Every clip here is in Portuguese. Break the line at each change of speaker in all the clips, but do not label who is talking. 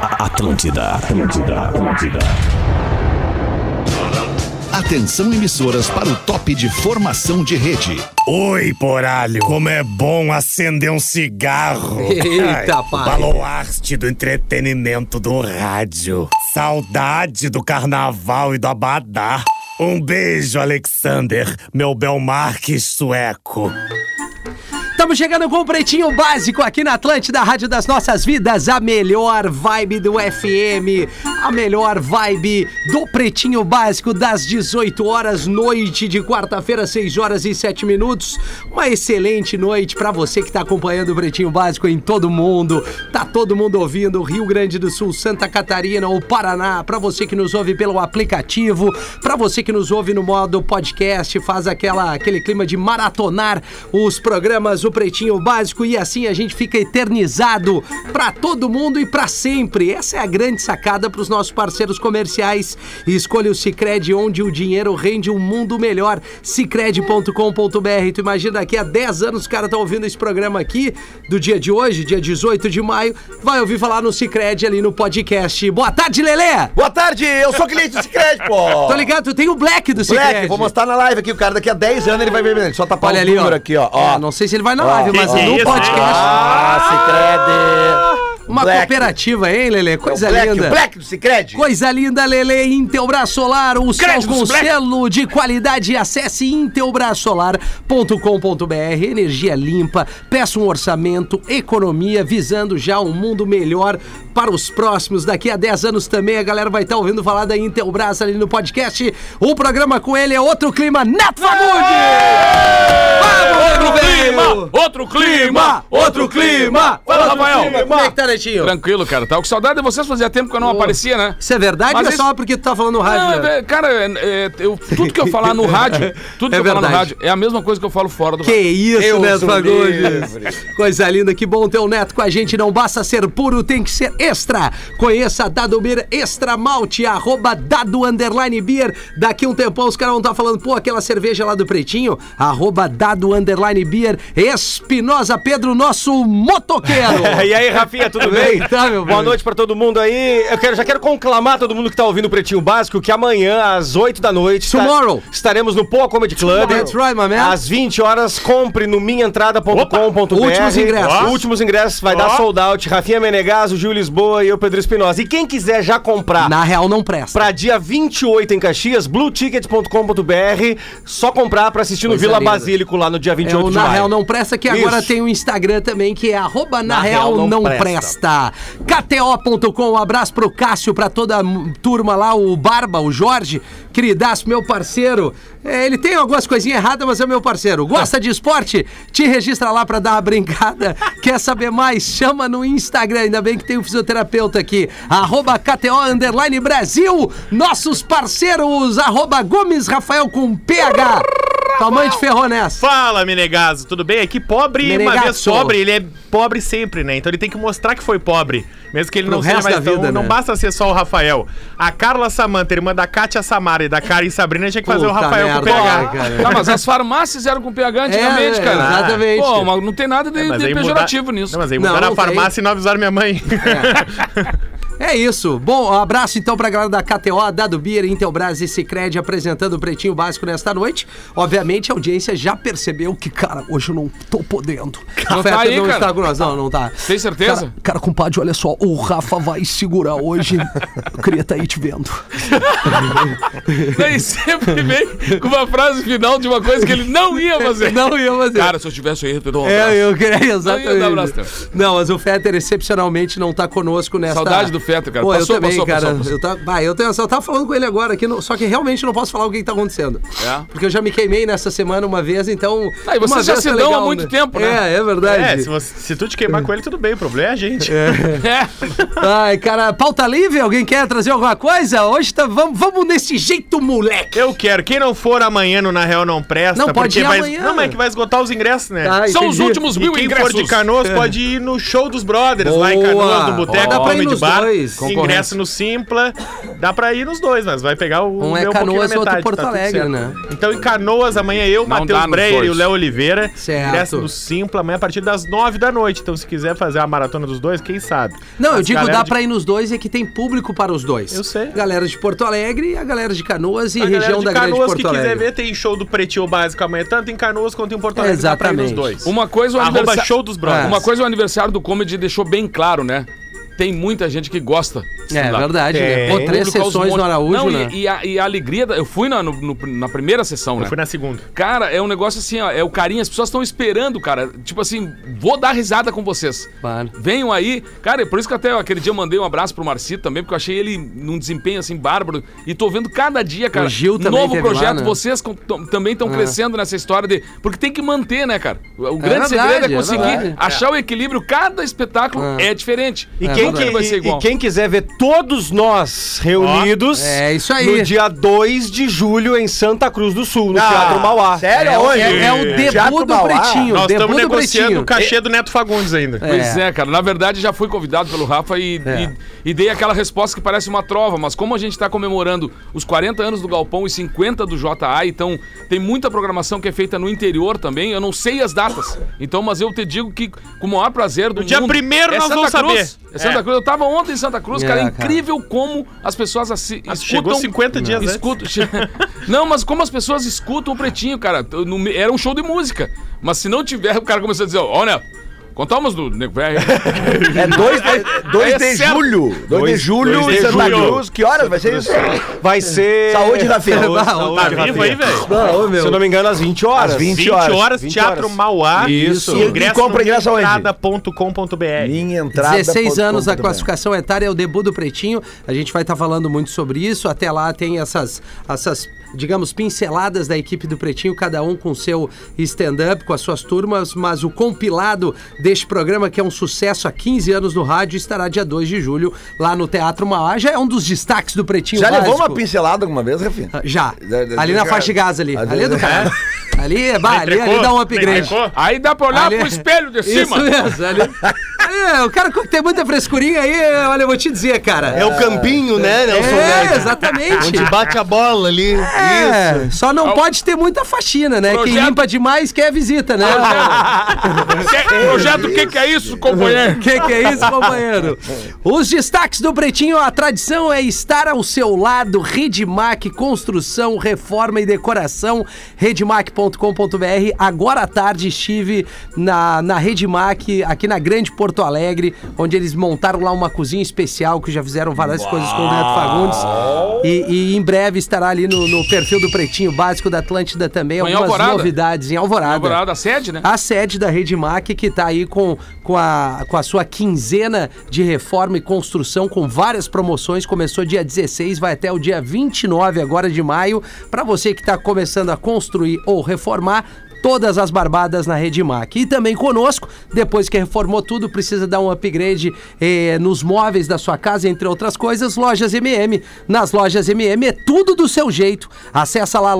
Atlântida, Atlântida, Atlântida.
Atenção emissoras para o top de formação de rede.
Oi, poralho, como é bom acender um cigarro.
Eita, pai.
Baluarte do entretenimento do rádio. Saudade do carnaval e do abadá. Um beijo, Alexander, meu Belmarque sueco.
Estamos chegando com o Pretinho Básico aqui na Atlântida, Rádio das Nossas Vidas, a melhor vibe do FM, a melhor vibe do Pretinho Básico das 18 horas, noite de quarta-feira, 6 horas e 7 minutos. Uma excelente noite para você que está acompanhando o Pretinho Básico em todo o mundo. Tá todo mundo ouvindo, Rio Grande do Sul, Santa Catarina ou Paraná, para você que nos ouve pelo aplicativo, para você que nos ouve no modo podcast, faz aquela aquele clima de maratonar os programas o Pretinho Básico e assim a gente fica eternizado para todo mundo e para sempre. Essa é a grande sacada para os nossos parceiros comerciais. Escolha o Sicredi onde o dinheiro rende um mundo melhor. Sicredi.com.br. Tu imagina daqui a 10 anos o cara tá ouvindo esse programa aqui do dia de hoje, dia 18 de maio, vai ouvir falar no Sicredi ali no podcast. Boa tarde, Lelê.
Boa tarde, eu sou cliente do Cicred, pô.
Tô ligado, tu tem o Black do Sicredi.
Black, vou mostrar na live aqui, o cara daqui a 10 anos ele vai ver, ele só tapar
Olha
o
ali,
número
ó.
aqui, ó. ó.
É, não sei se ele vai na live,
Que
mas
que
no
isso,
podcast.
Ah, Cicred.
Uma
Black.
cooperativa, hein, Lelê? Coisa
Black,
linda.
O Black do Cicred.
Coisa linda, Lele, Intelbras Solar, o céu
Créditos
com
Black.
selo de qualidade. Acesse intelbrasolar.com.br, energia limpa, peça um orçamento, economia, visando já um mundo melhor para os próximos. Daqui a 10 anos também a galera vai estar ouvindo falar da Intelbras ali no podcast. O programa com ele é Outro Clima, Neto Fagundes! Vamos, Nego Velho!
Outro clima!
Outro Clima!
Fala, Rafael!
Como é que tá, Netinho?
Tranquilo, cara. Tava com saudade de vocês, fazia tempo que eu não aparecia, né?
Isso é verdade
Mas
ou é
isso-
só porque tu tá falando no rádio?
Não,
né?
é, cara, é, é, eu- tudo que eu falar no rádio, tudo que
É
eu falar no
verdade.
rádio é a mesma coisa que eu falo fora do
Que
rádio.
isso,
Deus
Neto
o
Fagundes. Coisa linda, que bom ter o Neto com a gente. Não basta ser puro, tem que ser extra. Conheça a Dadomir Extra Malte, arroba dado underline beer. Daqui um tempão os caras vão estar falando, pô, aquela cerveja lá do Pretinho, arroba dado underline beer. Espinosa Pedro, nosso motoqueiro.
E aí, Rafinha, tudo bem?
Tá, meu
Boa
bem.
noite pra todo mundo aí. Eu quero, já quero conclamar todo mundo que tá ouvindo o Pretinho Básico que amanhã, às 8 da noite, esta-
Tomorrow.
estaremos no Poa Comedy Club.
That's right, my man.
Às 20 horas, compre no minhaentrada.com.br.
Últimos ingressos.
Ó. Últimos ingressos, vai dar sold out. Rafinha Menegas, o Gil Lisboa e eu, Pedro Espinosa. E quem quiser já comprar.
Na real, não presta.
Pra dia 28 em Caxias, blueticket.com.br. Só comprar pra assistir no
Coisa
Vila
linda.
Basílico lá no dia
É
28
o
de
Na
maio.
Real Não Presta, que agora
Isso.
tem o Instagram também, que é arroba Na, Real, Não Presta. KTO.com, um abraço pro Cássio, pra toda a m- turma lá, o Barba, o Jorge, queridaço, meu parceiro. É, ele tem algumas coisinhas erradas, mas é meu parceiro. Gosta de esporte? Te registra lá pra dar uma brincada. Quer saber mais? Chama no Instagram, ainda bem que tem o fisioterapeuta aqui. Arroba KTO Underline Brasil, nossos parceiros, arroba Gomes Rafael com PH. Tamanho de ferro nessa.
Fala, Menegaso, tudo bem? É que pobre,
Menegaso.
uma vez pobre, ele é pobre sempre, né? Então ele tem que mostrar que foi pobre. Mesmo que ele
Pro
não seja
resto
mais
da
tão,
vida,
Não
né?
basta ser só o Rafael. A Carla Samanta, irmã da Kátia Samara e da Karen Sabrina, tinha que fazer o
Puta
Rafael com o
merda,
PH.
cara.
Tá, mas as farmácias eram com PH antigamente,
É,
cara.
exatamente. É,
Pô, mas não tem nada de,
Mas
de
aí muda-
pejorativo nisso.
Não, mas aí
Não,
mudaram
não
a farmácia e não avisaram minha mãe.
É isso. Bom, um abraço então pra galera da KTO, Dado Beer, Intelbras e Cicred apresentando o Pretinho Básico nesta noite. Obviamente a audiência já percebeu que, cara, hoje eu não tô podendo.
Não
Feta
tá aí,
não
cara.
está com nós, não, não tá.
Tem certeza?
Cara, cara, compadre, olha só, o Rafa vai segurar hoje. Eu queria estar aí te vendo.
Ele sempre vem com uma frase final de uma coisa que ele não ia fazer.
Não ia fazer.
Cara, se eu tivesse aí, eu te dou um abraço.
É, eu queria
Não, eu
exatamente.
dava
Não, mas o Fetter excepcionalmente não tá conosco nessa.
Saudade do Fetter, cara.
Pô,
Passou,
eu também,
passou,
cara.
passou, passou.
Eu, tá... bah, eu, tenho... eu tava falando com ele agora aqui, no- só que realmente não posso falar o que, que tá acontecendo.
É?
Porque eu já me queimei nessa semana uma vez, então.
Ah, e vocês
uma
já
vez
se
tá
dão há muito tempo, né?
É, é
é,
verdade.
se, você- se tu te queimar com ele, tudo bem, o problema é a gente.
É.
Ai, cara, pauta livre? Alguém quer trazer alguma coisa? Hoje tá... vamos, vamos nesse jeito, moleque.
Eu quero, quem não for amanhã no Na Real Não Presta,
Não, pode ir
vai,
amanhã.
Não, mas é que vai esgotar os ingressos, né?
Tá,
São os
entendi.
últimos
E
mil
quem
ingressos.
for de Canoas pode ir no show dos brothers lá em Canoas,
Boa.
no Boteco
Dá pra ir
Comedy
nos
Bar.
dois, dois.
Com- Concorrência.
Ingresso no Simpla. Dá pra ir nos dois, mas vai pegar o
Um é
meu pouquinho
Canoas,
na metade, tá
outro Porto
tudo
Alegre,
certo.
né?
Então em Canoas amanhã eu,
Não dá
Matheus
nos
Breyer
dois.
e o Léo Oliveira.
Certo.
Ingresso no Simpla amanhã a partir das nove da noite. Então se quiser fazer a maratona dos dois, quem sabe?
Não, eu
Mas
digo,
galera
dá
de-
pra ir nos dois e que tem público para os dois.
Eu sei.
Galera de Porto Alegre e a galera de Canoas e
A galera
região
de
da Grande
Canoas
Porto
que
Alegre.
quiser ver, tem show do Pretinho Básico amanhã, tanto em Canoas quanto em Porto Alegre. dá pra ir nos
Exatamente.
tá dois.
Uma coisa o
Arroba
aniversa-
show dos brothers.
É.
Uma coisa o aniversário do comedy deixou bem claro, né? Tem muita gente que gosta. de
É
stand-up.
verdade, né?
Tem.
Pô, três
Público aos
sessões
montes.
no Araújo,
Não, e-
né?
E, a, e a alegria. da- Eu fui na, no- no- na primeira sessão, né?
Eu fui na segunda.
Cara, é um negócio assim, ó, é o carinho, as pessoas estão esperando, cara. Tipo assim, vou dar risada com vocês.
Claro.
Venham aí. Cara, é por isso que até aquele dia eu mandei um abraço pro Marci também, porque eu achei ele num desempenho assim bárbaro. E tô vendo cada dia, cara.
O Gil também
novo
teve
projeto,
lá, né?
vocês com- tom- também estão crescendo nessa história de. Porque tem que manter, né, cara? O
verdade,
grande segredo
é
é conseguir
verdade.
achar o equilíbrio. Cada espetáculo é, diferente.
E,
É,
quem,
nunca
que-
vai ser
e-
igual.
e quem quiser ver todos nós reunidos
É isso aí.
no dia 2 de julho em Santa Cruz do Sul, no
Ah,
Teatro Mauá.
Sério?
É,
Aonde?
é- é o debut
Teatro
do
Mauá?
Pretinho.
Nós
debut
estamos
do
negociando
Pretinho.
o cachê do Neto Fagundes ainda.
Pois é. cara. Na verdade, já fui convidado pelo Rafa e,
É.
e, e dei aquela resposta que parece uma trova, mas como a gente tá comemorando os 40 anos do Galpão e 50 do JA, então tem muita programação que é feita no interior também. Eu não sei as datas. Então, mas eu te digo que com o maior prazer do
No dia
mundo.
primeiro nós
Cruz.
vamos saber.
É Santa
É.
Cruz. Eu tava ontem em Santa Cruz,
É,
cara. É
cara.
incrível como as pessoas assim
Ah, chegou 50 dias antes.
escutam, Não, mas como as pessoas escutam o Pretinho, cara. eu não me- Era um show de música. Mas se não tiver, o cara começou a dizer, olha, contar umas do Nego Velho.
É 2 de, dois
É
de
certo.
julho. 2 de
Dois-
julho
dois
em
de
Santa
julho.
Cruz. Que horas vai ser isso?
Vai ser.
Saúde, Rafinha.
Saúde,
Tá
saúde,
vivo
Rafinha.
aí, velho?
Não, ô,
Se eu não me engano, às 20 horas.
Às 20
20 horas,
horas,
20
Teatro
horas.
Mauá.
Isso.
E- e compra ingresso aonde?
Entrada.com.br.
Minha entrada.
16 anos
ponto
a
com ponto br.
classificação etária é o debut do Pretinho. A gente vai estar falando muito sobre isso. Até lá tem essas, essas digamos, pinceladas da equipe do Pretinho, cada um com seu stand-up, com as suas turmas, mas o compilado deste programa, que é um sucesso há 15 anos no rádio, estará dia 2 de julho lá no Teatro Mauá. Já é um dos destaques do Pretinho
Já levou
Básico.
uma pincelada alguma vez, Rafinha?
Ah, Já.
Da- da-
ali na
da-
faixa de gás ali.
Ali-
Ali é do cara. Ali, é- bah, ali, ali
Entrecô?
dá um upgrade.
Entrecô?
Aí dá pra olhar
Ali-
pro espelho de cima.
Isso mesmo, ali. É, o cara que tem muita frescurinha aí, olha, eu vou te dizer, cara.
É o campinho, né, Nelson?
É,
Neto?
exatamente.
Onde bate a bola ali.
É, só não
Ao-
pode ter muita faxina, né? Quem
Projeto-
limpa demais quer visita, né?
Que- projeto, o que, que é isso, companheiro?
O que, que é isso, companheiro? Os destaques do Pretinho, a tradição é estar ao seu lado. Redmac, construção, reforma e decoração. Redmac.com.br. Agora à tarde estive na, na Redmac, aqui na Grande Porto Alegre, onde eles montaram lá uma cozinha especial, que já fizeram várias coisas com o Neto Fagundes. E, e em breve estará ali no, no perfil do Pretinho Básico da Atlântida também.
Foi em
Algumas
Alvorada?
novidades em
Agora, da sede, né?
a sede da Rede Mac que tá aí com, com, a, com a sua quinzena de reforma e construção com várias promoções. Começou dia 16, vai até o dia 29 agora de maio. Para você que tá começando a construir ou reformar, todas as barbadas na Rede Mac. E também conosco, depois que reformou tudo, precisa dar um upgrade eh, nos móveis da sua casa, entre outras coisas, lojas MM. Nas lojas MM é tudo do seu jeito. Acessa lá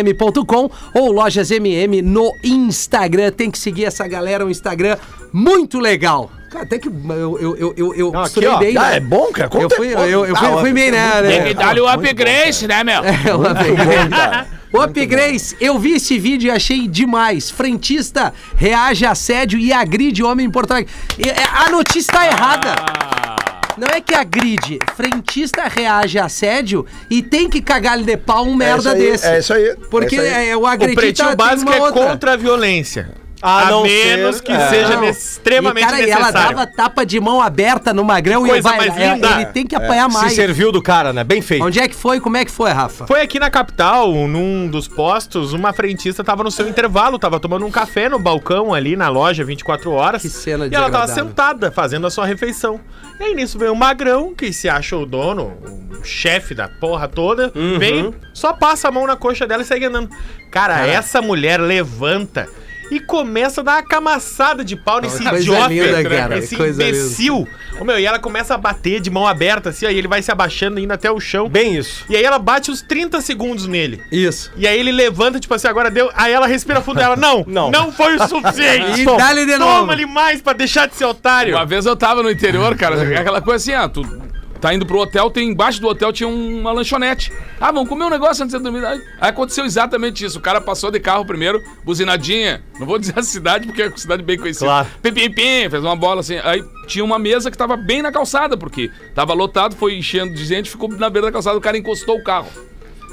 lojasmm.com ou lojasmm no Instagram. Tem que seguir essa galera, um Instagram muito legal. Cara, até que eu, eu, eu, eu, eu
aqui,
costurei
ó.
bem,
Ah,
né?
é bom, cara?
Eu
Conta-
fui, eu, eu,
Ah,
fui,
ó,
fui bem, né?
muito
né?
bom.
Dá-lhe o upgrade, né, meu?
É, um upgrade.
cara.
O Upgrades, eu vi esse vídeo e achei demais. Frentista reage a assédio e agride homem em Porto Alegre. E, é, A notícia tá errada.
Ah.
Não é que agride. Frentista reage a assédio e tem que cagar de pau um merda
isso aí,
desse.
é isso aí,
Porque
é isso aí.
é, o
O
agredido
pretinho básico é contra a violência.
A
A,
não
menos
ser-
que
é.
seja
Não.
nesse- extremamente
e, cara, e
necessário.
ela dava tapa de mão aberta no magrão e
Coisa
vai, É,
mais linda. É.
ele tem que apanhar
Se
mais.
serviu do cara, né? Bem feito.
Onde é que foi? Como é que foi, Rafa?
Foi aqui na capital, num dos postos, uma frentista tava no seu intervalo, tava tomando um café no balcão ali na loja 24 horas.
Que cena
E ela tava
desagradável.
sentada fazendo a sua refeição. E aí nisso veio o magrão, que se acha o dono, o chefe da porra toda,
Uhum.
vem, só passa a mão na coxa dela e segue andando. Cara, essa mulher levanta e começa a dar uma camaçada de pau nesse
coisa
idiota,
linda,
né?
cara,
esse
coisa linda.
imbecil. Ô, meu, e ela começa a bater de mão aberta assim, aí ele vai se abaixando indo até o chão.
Bem isso.
E aí ela bate uns 30 segundos nele.
Isso.
E aí ele levanta, tipo assim, agora deu. Aí ela respira fundo ela. Não,
Não.
não, foi o suficiente.
E dá-lhe de novo.
Toma-lhe mais pra deixar de ser otário.
Uma vez eu tava no interior, cara, aquela coisa assim, ah, tu Tá indo pro hotel, tem embaixo do hotel tinha um, uma lanchonete. Ah, vamos comer um negócio antes de dormir. Aí aconteceu exatamente isso. O cara passou de carro primeiro, buzinadinha. Não vou dizer a cidade, porque é uma cidade bem conhecida.
Claro.
Pim, pim, pim, fez uma bola assim. Aí tinha uma mesa que tava bem na calçada, porque tava lotado, foi enchendo de gente, ficou na beira da calçada. O cara encostou o carro.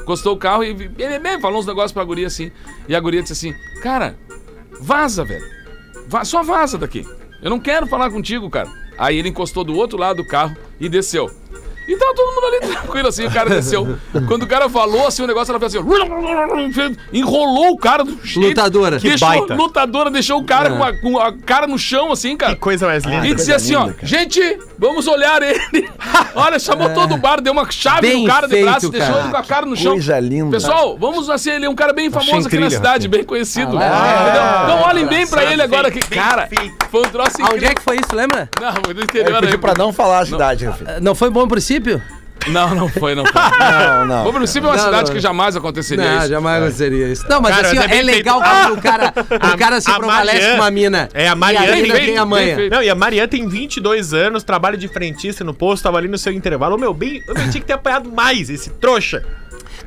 Encostou o carro e bem, bem, bem, falou uns negócios pra guria assim. E a guria disse assim: Cara, vaza, velho. Va- só vaza daqui. Eu não quero falar contigo, cara. Aí ele encostou do outro lado do carro e desceu. E tava todo mundo ali tranquilo, assim, o cara desceu. Quando o cara falou assim, o negócio, ela fez assim, enrolou o cara do jeito.
Lutadora.
Que
Que
deixou,
baita.
Lutadora, deixou o cara com, a, com a cara no chão, assim, cara.
Que coisa mais linda.
tá
e dizia assim, ó, gente, vamos olhar ele. Olha, chamou todo o bar, deu uma chave
É. Bem
no cara de
feito,
braço, deixou
cara.
ele com a cara no chão.
Coisa linda.
Pessoal, vamos assim, ele é um cara bem famoso aqui na
incrível,
cidade, bem conhecido.
Ah,
entendeu? então olhem bem pra
Engraçado,
ele agora. Que,
bem- bem
cara,
feito.
foi um troço
Aonde
incrível.
é que foi isso, lembra?
Não, foi do
Ele
interior aí.
pediu pra não falar a cidade, Rafi.
Ah, Não foi bom em princípio?
Não, não foi, não foi.
Não, não.
Bom princípio é uma
Não,
cidade
não.
que jamais aconteceria
não,
isso.
jamais aconteceria isso. Não, mas
Cara,
assim, ó,
mas
é,
é bem
legal
feito.
quando o cara, o
A-
cara se
a
prevalece
Mariana-
com a mina.
É, a
E
Mariana
a mina tem
bem
a
feito, bem
manha.
feito.
Não, e a Mariana tem 22 anos, trabalha de frentista no posto, tava ali no seu intervalo. Ô, meu, bem, eu tinha que ter apanhado mais esse trouxa.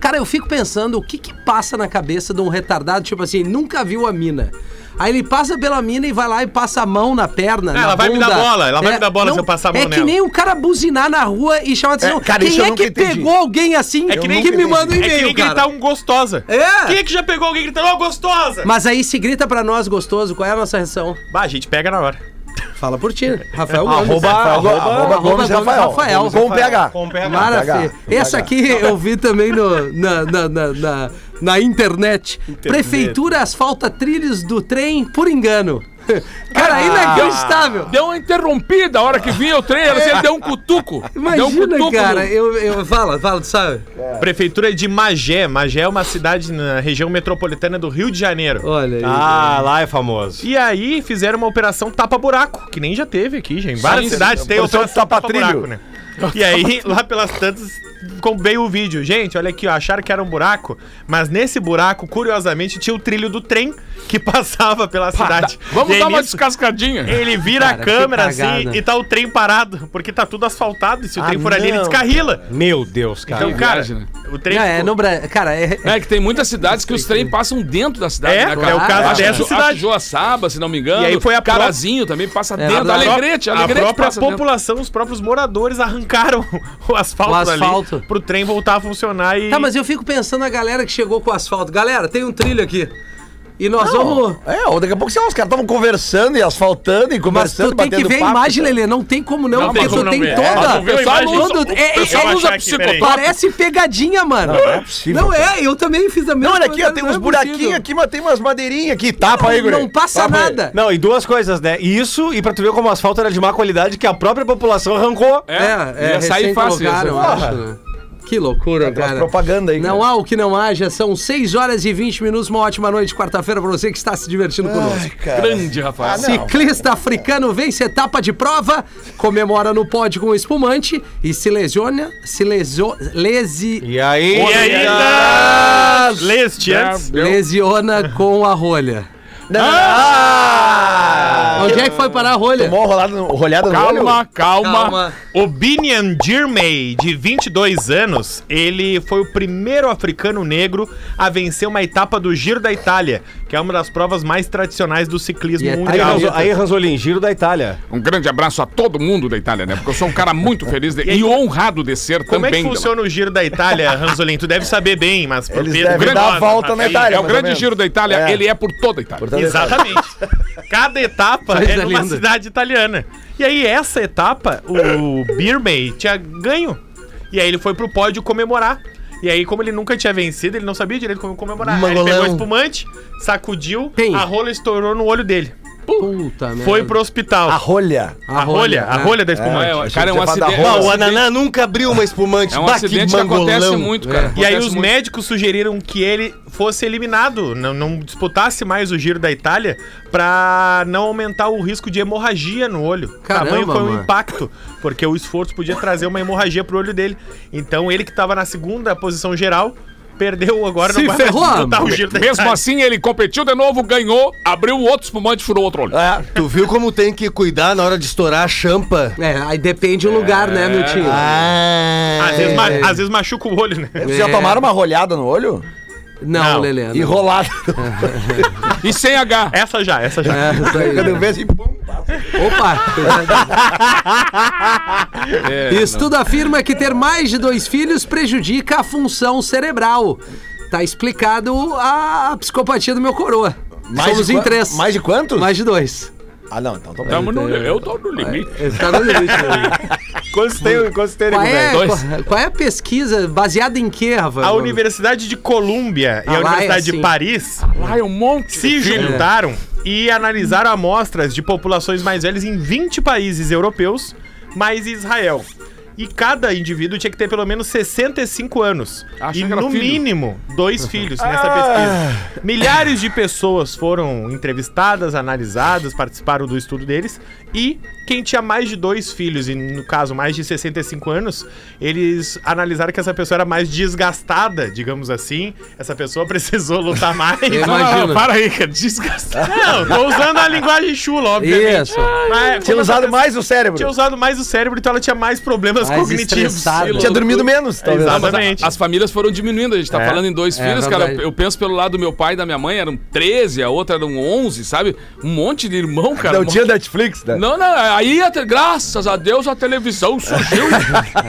Cara, eu fico pensando o que que passa na cabeça de um retardado, tipo assim, nunca viu a mina. Aí ele passa pela mina e vai lá e passa a mão na perna.
Ah,
na
ela vai me
bunda.
dar bola, ela vai me dar bola se eu passar a mão
É que
nela.
nem o cara buzinar na rua e chamar atenção.
É, cara,
Quem
isso eu
é
nunca
que
entendi.
pegou alguém assim
É que nem-
que me manda um
É que
e-mail,
nem
cara?
gritar um gostosa.
É.
Quem é que já pegou alguém gritando, ó, gostosa?
Mas aí se grita pra nós gostoso, qual é a nossa reação?
Bah, a gente pega na hora.
Fala por ti, Rafael Gomes.
Arroba, arroba, arroba Gomes Rafael.
Rafael.
Com o PH.
Com o PH.
Maravilha.
PH,
Essa
PH.
aqui eu vi também no- na, na, na, na- na internet. Prefeitura asfalta trilhos do trem por engano. Cara, é inacreditável.
Ah,
É.
Deu uma interrompida a hora que vinha o trem, ela assim, ele deu um cutuco. deu um
Imagina,
cutuco.
cara. Eu, eu, fala, fala, tu sabe?
Prefeitura de Magé. Magé é uma cidade na região metropolitana do Rio de Janeiro.
Olha aí.
Ah, lá é famoso.
E aí fizeram uma operação tapa-buraco, que nem já teve aqui, gente. Várias
Sim, um
cidades têm
Operação
operação
tapa-trilho.
tapa-buraco, né? E aí, lá pelas tantas, ficou bem o vídeo. Gente, olha aqui, ó, acharam que era um buraco, mas nesse buraco, curiosamente, tinha o trilho do trem que passava pela cidade.
Vamos
E
dar uma
nisso,
descascadinha.
Ele vira
Cara,
a
que
câmera
cagada.
assim e tá o trem parado, porque tá tudo asfaltado e se o
Ah,
trem for ali, ele
não.
descarrila.
Meu Deus, cara.
Então, cara,
viagem, né?
o trem.
Não, é,
ficou-
no Bra- cara, é,
É que tem muitas cidades que os trens passam dentro da cidade,
É,
né,
é o caso
Acho que
dessa
Jo-
cidade.
acho que Joaçaba, se não me engano.
E aí foi a pró-
Carazinho também passa dentro.
a-
Alegrete,
a
Alegrete
própria
passa dentro.
população, os próprios moradores arrancaram o asfalto,
O asfalto.
ali pro trem voltar a funcionar e.
Tá, mas eu fico pensando na galera que chegou com o asfalto. Galera, tem um trilho aqui. E nós vamos.
É, ou daqui a pouco, sei lá, os caras estavam conversando e asfaltando e
Mas
conversando,
tu tem que
batendo
ver
papo, então.
a imagem,
sabe?
Lelê. Não tem como não,
Não
porque
tem como
tu
não
tem
ver. É,
toda.
tu vê a imagem,
todo- é,
só- o
é,
pessoal
é-
usa
usa
aqui, peraí.
psicopata. Parece pegadinha, mano.
Não, não é possível,
Não é, eu também fiz a mesma
Não, olha aqui, ó,
coisa,
tem
não
uns
é
buraquinhos
possível.
aqui, mas tem umas madeirinhas aqui. Tá, Tapa aí, guri.
Não passa
Tapa aí.
nada.
Não, e duas coisas, né? Isso, e pra tu ver como o asfalto era de má qualidade, que a própria população arrancou.
É, ia sair
recém
fácil.
colocaram, eu
Ia
Porra.
acho, né? Que loucura,
Tem umas
cara.
propaganda aí,
Não
cara.
há o que não haja, são 6 horas e 20 minutos. Uma ótima noite de quarta-feira pra você que está se divertindo conosco.
ser Um grande, Rafael.
não.
Ciclista africano vence etapa de prova, comemora no pódio com um espumante e se lesiona, se lesio, lesi,
E aí?
E ainda! Leste antes.
lesiona com a rolha.
Ah!
Onde é que foi parar a rolha?
Tomou uma rolada no, rolhada no
Calma, calma.
Calma.
O Binion Jirmey, de 22 anos, ele foi o primeiro africano negro a vencer uma etapa do Giro da Itália, que é uma das provas mais tradicionais do
E
ciclismo
é
Aí,
mundial.
Ranzo- aí Ranzolin, giro da Itália.
Um grande abraço a todo mundo da Itália, né? Porque eu sou um cara muito feliz de- e, honrado de ser
Como é
também.
que funciona o Giro da Itália, Ranzolin? Tu deve saber bem, mas... por
Eles
Pedro-
devem
grande-
dar a volta na
Aí,
Itália.
É o
mais ou
grande
menos.
giro da Itália, ele é por toda a Itália.
Exatamente. Cada etapa
Coisa
é numa
linda.
cidade italiana. E aí, essa etapa, o Birmay tinha ganho. E aí ele foi pro pódio comemorar. E aí, como ele nunca tinha vencido, ele não sabia direito como comemorar. Aí ele
Mangolão.
pegou espumante, sacudiu,
Tem. É.
a rola estourou no olho dele.
Puta merda.
Foi pro hospital.
A
A,
rolha.
rolha, a
né?
rolha da
É,
espumante.
é,
achei
cara, é
que
um
você ia falar
acidente. é um
da rola.
Não, o
acidente-
Ananá nunca abriu uma espumante.
É um
Bah,
acidente que acontece
mangolão.
muito, cara.
É. E aí
Acontece
os
muito.
médicos sugeriram que ele fosse eliminado, não, não disputasse mais o Giro da Itália pra não aumentar o risco de hemorragia no olho.
Caramba,
Tamanho foi
mano.
o impacto, porque o esforço podia trazer uma hemorragia pro olho dele. Então ele que tava na segunda posição geral perdeu agora,
Se ferrou.
dar o giro da
Mesmo
idade.
assim, ele competiu de novo, ganhou, abriu o outro espumante e furou outro olho.
É, tu viu como tem que cuidar na hora de estourar a champa?
É, aí depende do lugar, né,
É.
meu tio?
Ah,
assim,
Às vezes, ma- às vezes machuca o olho, né?
Ah. Vocês já
É.
tomaram uma rolhada no olho?
não,
não.
Lelê. não.
E rolada.
E sem H.
Essa já, essa já.
É, isso aí.
Quando eu vejo assim, pum, passa.
Opa!
É,
Estudo afirma que ter mais de dois filhos prejudica a função cerebral. Tá explicado a psicopatia do meu coroa. Somos
de
em
qua-
três.
Mais de quantos?
Mais de dois.
Ah, não, então tô bem.
Tamo no, eu tô no limite.
Ele tá no limite, né?
Quantos tem, quantos tem,
qual, é,
dois.
qual- qual é a pesquisa? Baseada em quê, Rafael?
A Universidade de Colômbia e
Ah, lá
a
é
Universidade
assim.
de Paris
Lá é um monte.
se juntaram e analisaram amostras de populações mais velhas em 20 países europeus, mais Israel. E cada indivíduo tinha que ter pelo menos 65 anos.
Acha
e
que era
no
filho. Ah.
mínimo, dois filhos nessa pesquisa. Milhares de pessoas foram entrevistadas, analisadas, participaram do estudo deles. E quem tinha mais de dois filhos, e no caso mais de 65 anos, eles analisaram que essa pessoa era mais desgastada, digamos assim. Essa pessoa precisou lutar mais.
Eu
Não, não,
Imagina.
não, para aí, cara. Desgastado.
Não, tô usando a linguagem chula, obviamente.
Isso.
Ah,
Mas,
Tinha
como
usado
essa
mais o cérebro.
pessoa assim, Tinha usado mais o cérebro, então ela tinha mais problemas
Mais
cognitivos.
estressada.
Tinha dormido menos, talvez.
exato.
Mas a-
Exatamente.
as famílias foram diminuindo, a gente tá
É.
falando em dois
É,
filhos, cara.
verdade.
Eu penso pelo lado do meu pai e da minha mãe, eram 13, a outra eram 11, sabe? Um monte de irmão, cara.
Não
um
tinha Netflix, né?
Não, não, aí, até- graças a Deus, a televisão surgiu.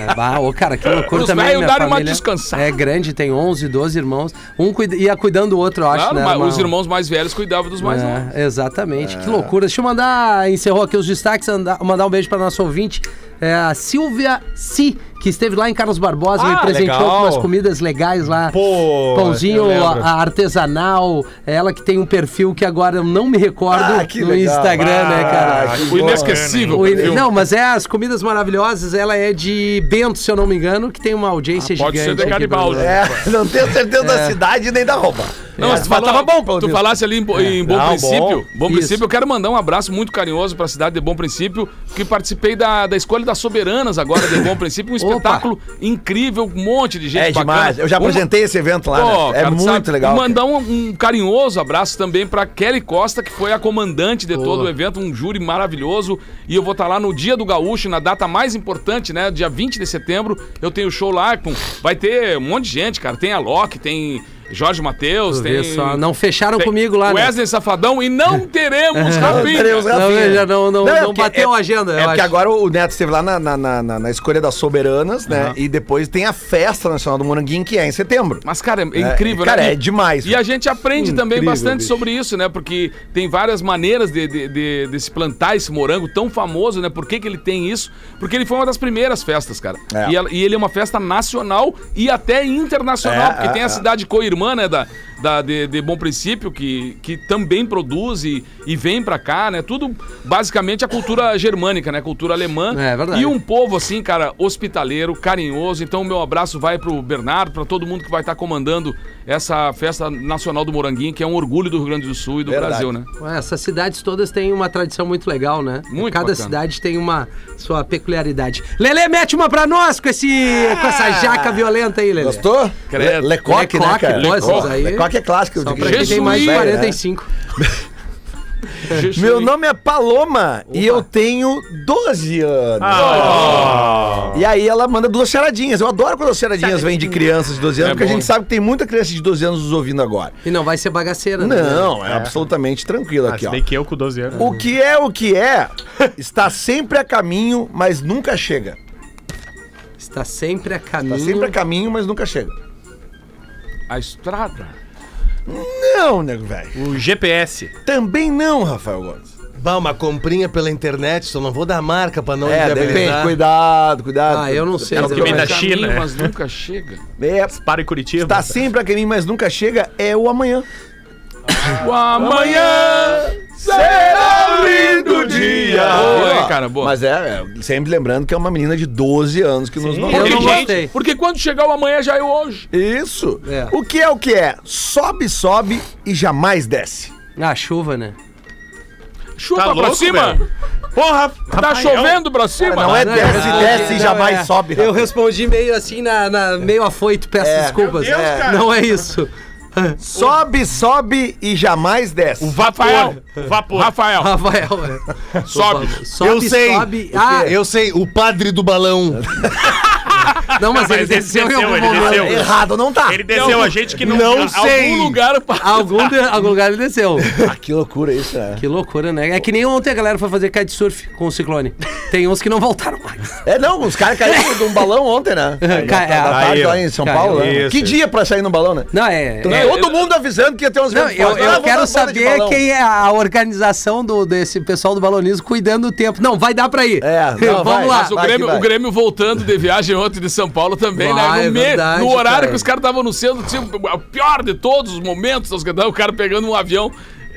É, bah, ô, cara, que loucura
Os
também.
velhos
minha
darem uma
família
descansada.
É grande, tem 11, 12 irmãos. Um cuida- ia cuidando do outro, eu acho,
Claro,
né?
mas
Era uma-
os irmãos mais velhos cuidavam dos mais novos.
É, exatamente, que loucura. Deixa eu mandar, encerrou aqui os destaques, andar- mandar um beijo para nosso ouvinte, é, a Silvia Si, que esteve lá em Carlos Barbosa, me
Ah,
presenteou
legal.
com umas comidas legais lá.
Pô,
Pãozinho
eu lembro.
a- artesanal, ela que tem um perfil que agora eu não me recordo
Ah, que
no
legal.
Instagram, né, cara?
Ah, que
O
bom.
inesquecível.
O-
perfil.
não, mas é as comidas maravilhosas, ela é de Bento, se eu não me engano, que tem uma audiência
Ah, pode ser
gigante.
de
aqui,
Garibaldi.
Bruno.
É, não tenho certeza da cidade nem da roupa.
Não, mas tu, falou,
tava bom, pelo
tu
menos.
falasse ali em, Bo- em Bom
Não,
Princípio. Bom,
Isso.
Princípio, eu quero mandar um abraço muito carinhoso pra cidade de Bom Princípio, que participei da, da escolha das soberanas agora de Bom Princípio. Um
Opa.
espetáculo incrível, um monte de gente Um
É demais. Eu já
Uma-
apresentei esse evento lá.
Pô,
né? É
cara, tu
muito
sabe,
legal. cara.
Mandar um, um carinhoso abraço também pra Kelly Costa, que foi a comandante de todo o evento, um júri maravilhoso. E eu vou estar lá no dia do gaúcho, na data mais importante, né? Dia 20 de setembro, eu tenho show lá com. Vai ter um monte de gente, cara. Tem a Loki, tem Jorge Matheus,
Vê
tem.
só, não fecharam
tem
comigo lá, né?
Wesley Safadão e não teremos Rafinha.
Teremos
Não,
Rafinha.
já não- não-
um é
não
porque-
bateu
é-
a agenda, eu
É porque
acho.
agora o Neto esteve lá na, na, na- na- na escolha das soberanas, né? E depois tem a festa nacional do Moranguinho, que é em setembro.
Mas, cara, é incrível,
cara,
né?
é demais,
E
velho.
a gente aprende também
Incrível,
bastante
bicho.
sobre isso, né? Porque tem várias maneiras de, de, de- de se plantar esse morango tão famoso, né? Por que, que ele tem isso? Porque ele foi uma das primeiras festas, cara.
É.
E, ela- e ele é uma festa nacional e até internacional,
É,
porque
é,
tem a
é.
cidade co-irmã, né? Da, da, de, de Bom Princípio, que, que também produz e, e vem pra cá, né? Tudo, basicamente, a cultura germânica, né? Cultura alemã.
É, verdade.
E um um povo assim, cara, hospitaleiro, carinhoso. Então, meu abraço vai pro Bernardo, pra todo mundo que vai estar comandando essa festa nacional do Moranguinho, que é um orgulho do Rio Grande do Sul e do
Verdade.
Brasil, né?
Ué, Essas cidades todas têm uma tradição muito legal, né?
Muito
Cada
bacana.
cidade tem uma sua peculiaridade. Lelê, mete uma pra nós com, esse, com essa jaca violenta aí, Lelê.
Ah! Gostou?
Credo.
Le- Lecoque, né, cara?
pô, essas
Lecoque.
aí-
Lecoque é clássico.
Só
de-
pra quem tem mais de
Jesuí, né?
45.
Meu nome é Paloma e eu tenho 12 anos.
Ah.
E aí ela manda duas charadinhas. Eu adoro quando as charadinhas vêm de crianças de 12 anos,
É
porque
bom.
a gente sabe que tem muita criança de 12 anos nos ouvindo agora.
E não vai ser bagaceira, né?
Não, é, absolutamente tranquilo aqui,
Mas
ó.
daí que eu com 12 anos.
O que é o que é, está sempre a caminho, mas nunca chega.
Está sempre a caminho.
Está sempre a caminho, mas nunca chega.
A estrada.
Não, nego, velho.
O GPS.
Também não, Rafael Gomes.
Bah, uma comprinha pela internet, só não vou dar marca pra não
É, depende.
inviabilizar.
Cuidado, cuidado.
Ah, eu não sei.
É o
Zé,
que
vem
eu-
da
Caminho,
China.
Mas nunca chega.
É,
Para em Curitiba.
Está sempre a caminho, mas nunca chega, é o amanhã.
O amanhã será lindo dia. Boa, hein, Tá. cara, boa.
Mas é, é, sempre lembrando que é uma menina de 12 anos que nos
Eu
porque,
não
nomeou.
gostei.
gente, porque quando chegar o amanhã já é o hoje.
Isso.
É.
O que é o que é? Sobe, sobe e jamais desce.
A chuva, né?
Chupa
Tá
pra
louco,
cima.
velho? Porra,
Tá chovendo pra cima.
Não é desce,
Ah,
desce e
não,
jamais
é.
sobe.
Eu respondi meio assim, na, na- meio afoito, peço
É.
desculpas.
Meu Deus,
É.
cara.
Não é isso.
Sobe, sobe e jamais desce.
Rafael.
Vapor.
Rafael.
Rafael, é.
Sobe.
sobe,
eu sei.
sobe. Ah,
eu sei, o padre do balão.
Ah, não, mas
Mas
ele desceu, em algum
ele
momento.
desceu.
Errado, não tá.
Ele desceu a gente que não...
Não
a-
sei.
Algum lugar pra...
Algum, de- algum lugar ele desceu.
Ah, que loucura isso, né?
Que loucura, né? É que nem ontem a galera foi fazer kitesurf com o ciclone. Tem uns que não voltaram mais.
É, não, os caras caíram de um balão ontem, né?
Cai-
Da- da
é,
tarde
caiu.
lá em São
Caiu.
Paulo, né?
Isso,
Que
isso.
dia pra sair no balão, né?
Não, é.
Então,
é-
todo mundo avisando que ia ter uns Ah,
não, eu, eu quero saber
quem
quem é a organização do, desse pessoal do balonismo cuidando do tempo. Não, vai dar pra ir.
É,
vamos
não, vai,
lá.
mas
O
Vai que
Grêmio,
vai.
o Grêmio voltando de viagem ontem de São Paulo também,
Vai,
né?
é
No, me-
verdade,
no horário
cara.
que os caras estavam anunciando, tipo, o pior de todos os momentos, os- o cara pegando um avião.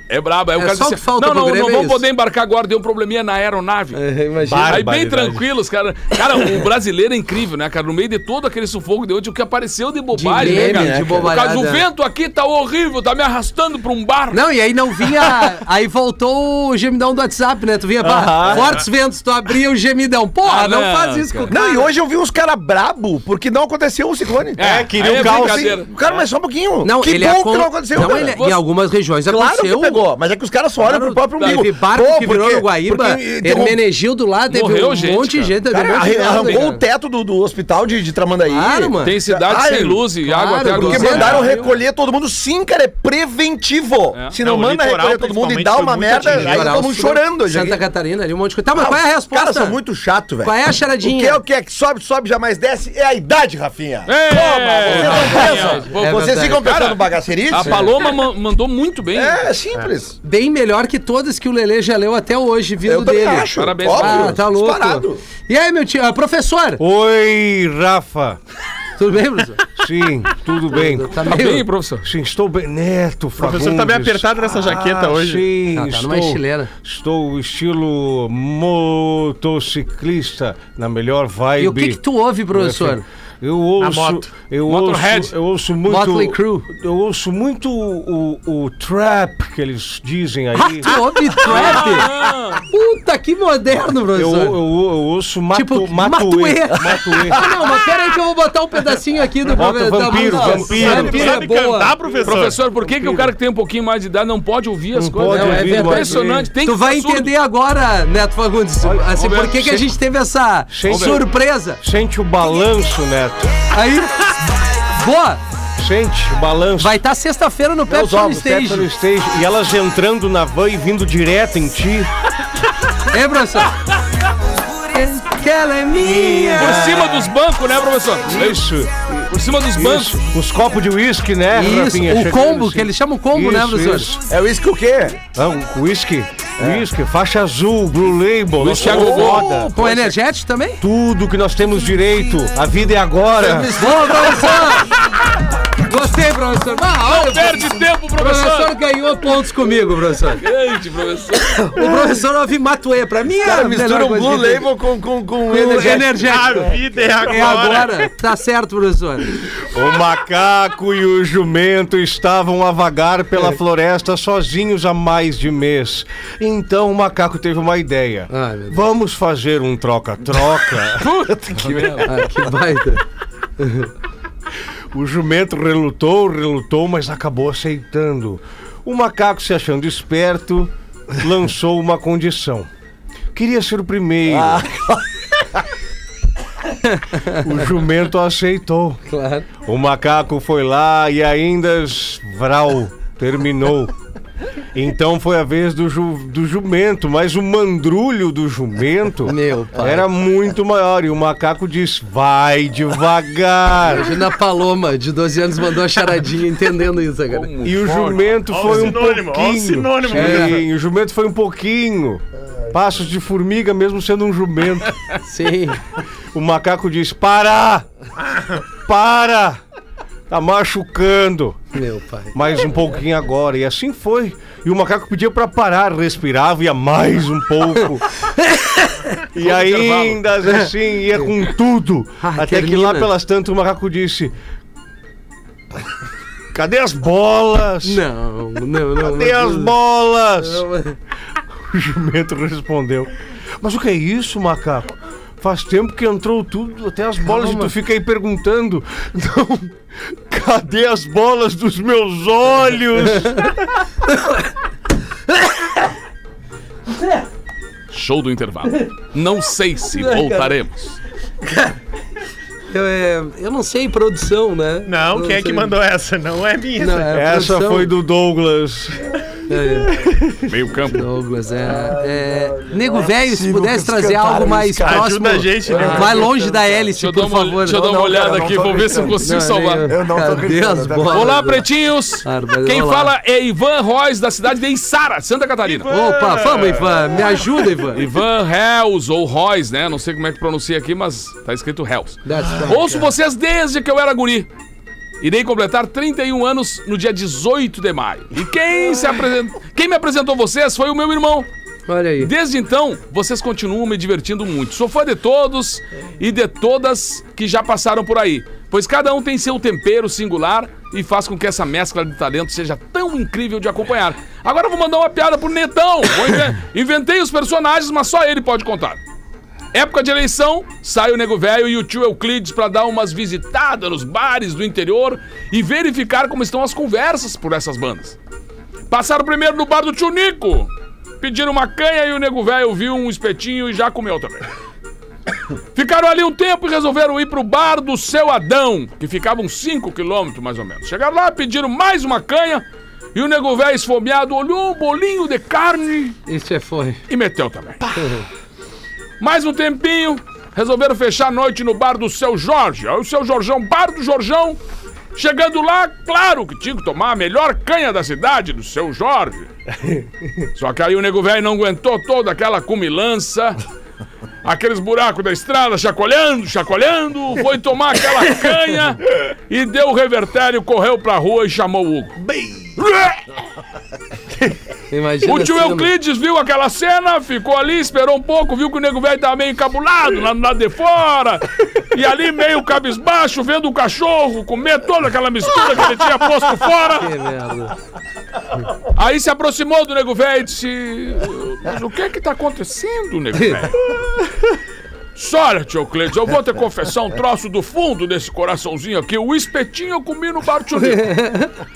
É brabo. Aí o
É
cara
só o que falta
não,
pro
não,
Grêmio
não
é
vão
isso." É.
poder embarcar agora, deu um probleminha na aeronave.
Imagina.
Aí bem
Barbaridade.
tranquilo, os caras. Cara, o brasileiro é incrível, né, cara? No meio de todo aquele sufoco de hoje, o que apareceu de bobagem,
meme,
né, cara?
de
O cara,
bobalhada.
o vento aqui tá horrível, tá me arrastando pra um bar.
Não, e aí não vinha. aí voltou o gemidão do WhatsApp, né? Tu vinha pra fortes ventos, tu abria o gemidão. Porra,
Ah,
não,
não,
faz isso com o
Não,
cara.
e hoje eu vi uns caras brabo porque não aconteceu o ciclone.
É, queria um
aí
caos.
brincadeira. O cara, mas só um pouquinho.
Não,
que
ele
bom
acon-
que não aconteceu.
Não,
cara.
ele- é- em algumas regiões
Claro
aconteceu.
que pegou, mas é que os caras só olham pro próprio umbigo.
Teve barco
Pô,
que virou
porque-
no Guaíba,
porque, eh, derrub-
Hermenegildo lá, teve
Morreu
um
gente,
monte de
cara.
gente. teve um
Cara,
monte de
arran-
merda,
arrancou
cara.
o teto do, do hospital de, de Tramandaí.
Claro, mano.
Tem cidade
Ai,
sem luz e água até
claro,
agora.
Porque
Zero.
mandaram recolher todo mundo. Sim, cara, é preventivo.
É.
Se não,
É, o
manda
litoral,
recolher todo mundo e
principalmente,
dá
foi
uma
muito
merda,
atingido.
aí
Litoral
todo mundo
Sul,
chorando. hoje
Santa
aqui.
Catarina, ali um monte de coisa. Tá, mas
Ah,
qual é a
os
resposta?
caras são muito chato, velho.
Qual é a
O
charadinha?
que é o que é que sobe, sobe, jamais desce? É a idade, Rafinha.
É, Rafinha,
Vocês não pensam?
vou-
É
Vocês
verdade.
ficam
Cara,
pensando bagaceirice?
A Paloma ma- mandou muito bem.
É, é simples.
Bem melhor que todas que o Lele já leu até hoje, vindo
Eu também
É. dele.
acho.
Parabéns,
Ah,
óbvio.
tá louco.
Disparado.
E aí, meu tio, ah, professor?
Oi, Rafa.
Tudo bem, professor?
Sim, tudo bem.
Tá
Tá
meio...
bem, professor.
Sim, estou bem. Neto, Ah,
O professor tá meio apertado nessa jaqueta hoje.
Sim,
Ah, tá
estou,
numa estileira.
estou estilo motociclista, na melhor vibe.
E o que que tu ouve, professor?
Eu ouço,
moto.
eu
Motorhead.
ouço, eu ouço muito,
Motley Crue.
eu ouço muito o, o- o trap que eles dizem aí.
Ah, tu ouve trap?
Ah,
Puta, que moderno,
Eu,
professor.
eu, eu ouço Mato,
Tipo,
Matuê.
Matuê.
Matuê.
Ah, não, mas pera aí que eu vou botar um pedacinho aqui do
Bota
prove-
vampiro,
música.
vampiro.
Vampiro é
Sabe
boa.
cantar, professor?
professor, por que, que o cara que tem um pouquinho mais de idade não pode ouvir as
Não
coisas?
pode
é
ouvir,
pode
impressionante. Tem que
tu vai
ficar surdo.
entender agora, Neto Fagundes, assim,
vamos
por que
ver.
que a gente teve essa
Vamos ver.
surpresa.
Sente o balanço, Neto.
Aí, boa,
Sente o balanço.
vai estar sexta-feira no
Meus
Pepsi on
ovos,
Stage.
Pepsi on Stage. E elas entrando na van e vindo direto em ti.
É, professor? que ela é minha.
Por cima dos bancos, né, professor?
Isso.
Por cima dos bancos.
Isso, os copos de uísque, né,
Isso,
Rafinha?
o
Chegando
combo,
assim.
que eles chamam combo, né,
Isso,
professor? É.
isso.
É o isco o quê?
Ah, o uísque, uísque, faixa azul, Blue Label,
Uísque
nossa
a gogô.
moda,
Com energético também?
tudo que nós temos direito, a vida é agora.
Boa, professor! Gostei, professor. Ah, olha,
Perde tempo,
o professor
professor.
ganhou pontos comigo, professor.
Grande, professor.
O professor ouve Matuê. Pra mim, é a
Cara,
melhor
mistura um
coisa
Blue
que tem.
Label com, com, com
Com energético.
A
energético.
vida é agora.
É agora. Tá certo, professor.
O macaco e o jumento estavam a vagar
É.
pela floresta sozinhos há mais de mês. Então o macaco teve uma ideia.
Ai, meu Deus.
Vamos fazer um troca-troca.
Ah, que baita.
O jumento relutou, relutou, mas acabou aceitando. O macaco, se achando esperto, lançou uma condição. Queria ser o primeiro.
Ah,
O jumento aceitou.
Claro.
O macaco foi lá e ainda vral terminou. Então foi a vez do, ju- do jumento, mas o mandrulho do jumento
Meu pai.
era muito maior. E o macaco disse: vai devagar.
Imagina a Paloma, de 12 anos, mandou a charadinha entendendo isso
é
agora.
E o jumento
Ó o
foi um
sinônimo, ó o
pouquinho.
sinônimo,
Sim, o jumento foi um pouquinho. Passos de formiga, mesmo sendo um jumento.
Sim.
O macaco diz: Para! Para! Tá machucando.
Meu pai.
Mais um pouquinho agora. E assim foi. E o macaco pedia pra parar, respirava, ia mais um pouco. e ainda assim ia com tudo.
Ah,
até que
termina.
lá pelas tantas o macaco disse: Cadê as bolas?
Não, não, não.
Cadê as
não.
bolas? É, O jumento respondeu: Mas o que é isso, macaco? Faz tempo que entrou tudo, até as bolas, e tu fica aí perguntando: Não, cadê as bolas dos meus olhos?
Show do intervalo. Não sei se voltaremos.
Eu, é, eu não sei produção, né?
Não, quem é que
sei.
mandou essa? Não é minha.
Não,
essa.
é
Essa
produção.
foi do Douglas.
É,
Meio campo.
Douglas, é. é, nego velho, se pudesse trazer algo mais
Ajuda
próximo. Ah,
a gente, né?
Vai longe da hélice,
Deixa eu dar
por
uma,
favor.
deixa eu dar uma olhada aqui, vou ver se eu consigo salvar.
Eu não tô Cadê as bolas?
Olá, pretinhos!
Ah, mas
Quem
olá.
fala é Ivan Reis, da cidade de Içara, Santa Catarina.
Opa, vamos, Ivan. Me ajuda, Ivan.
Ivan Hells, ou Reis, né? Não sei como é que pronuncia aqui, mas tá escrito Hells.
That's right.
Ouço vocês desde que eu era guri. Irei completar 31 anos no dia 18 de maio. E quem, se apresen- quem me apresentou vocês foi o meu irmão.
Olha aí.
Desde então, vocês continuam me divertindo muito. Sou fã de todos e de todas que já passaram por aí, pois cada um tem seu tempero singular e faz com que essa mescla de talento seja tão incrível de acompanhar. Agora eu vou mandar uma piada pro Netão. Vou inven- Inventei os personagens, mas só ele pode contar. Época de eleição, sai o nego velho e o tio Euclides pra dar umas visitadas nos bares do interior e verificar como estão as conversas por essas bandas. Passaram primeiro no bar do tio Nico. Pediram uma canha e o nego velho viu um espetinho e já comeu também. Ficaram ali um tempo e resolveram ir pro bar do seu Adão, que ficava uns 5 quilômetros mais ou menos. Chegaram lá, pediram mais uma canha e o nego velho esfomeado olhou um bolinho de carne
Isso é foi.
e meteu também. Mais um tempinho, resolveram fechar a noite no bar do seu Jorge. Aí o seu Jorjão, bar do Jorjão. Chegando lá, claro que tinha que tomar a melhor canha da cidade do seu Jorge. Só que aí o nego velho não aguentou toda aquela cumilança, aqueles buracos da estrada, chacoalhando, chacoalhando, foi tomar aquela canha e deu o revertério, correu pra rua e chamou o Hugo.
Imagina.
é O tio
assim,
Euclides viu aquela cena, ficou ali, esperou um pouco, viu que o nego velho tava meio encabulado lá no lado de fora. E ali meio cabisbaixo, vendo o cachorro comer toda aquela mistura que ele tinha posto
Que
fora.
merda.
Aí se aproximou do nego velho e disse: Mas o que é que tá acontecendo, nego velho? Só Olha, tio Euclides, eu vou te confessar um troço do fundo desse coraçãozinho aqui. O espetinho eu comi no bar do tio Nico.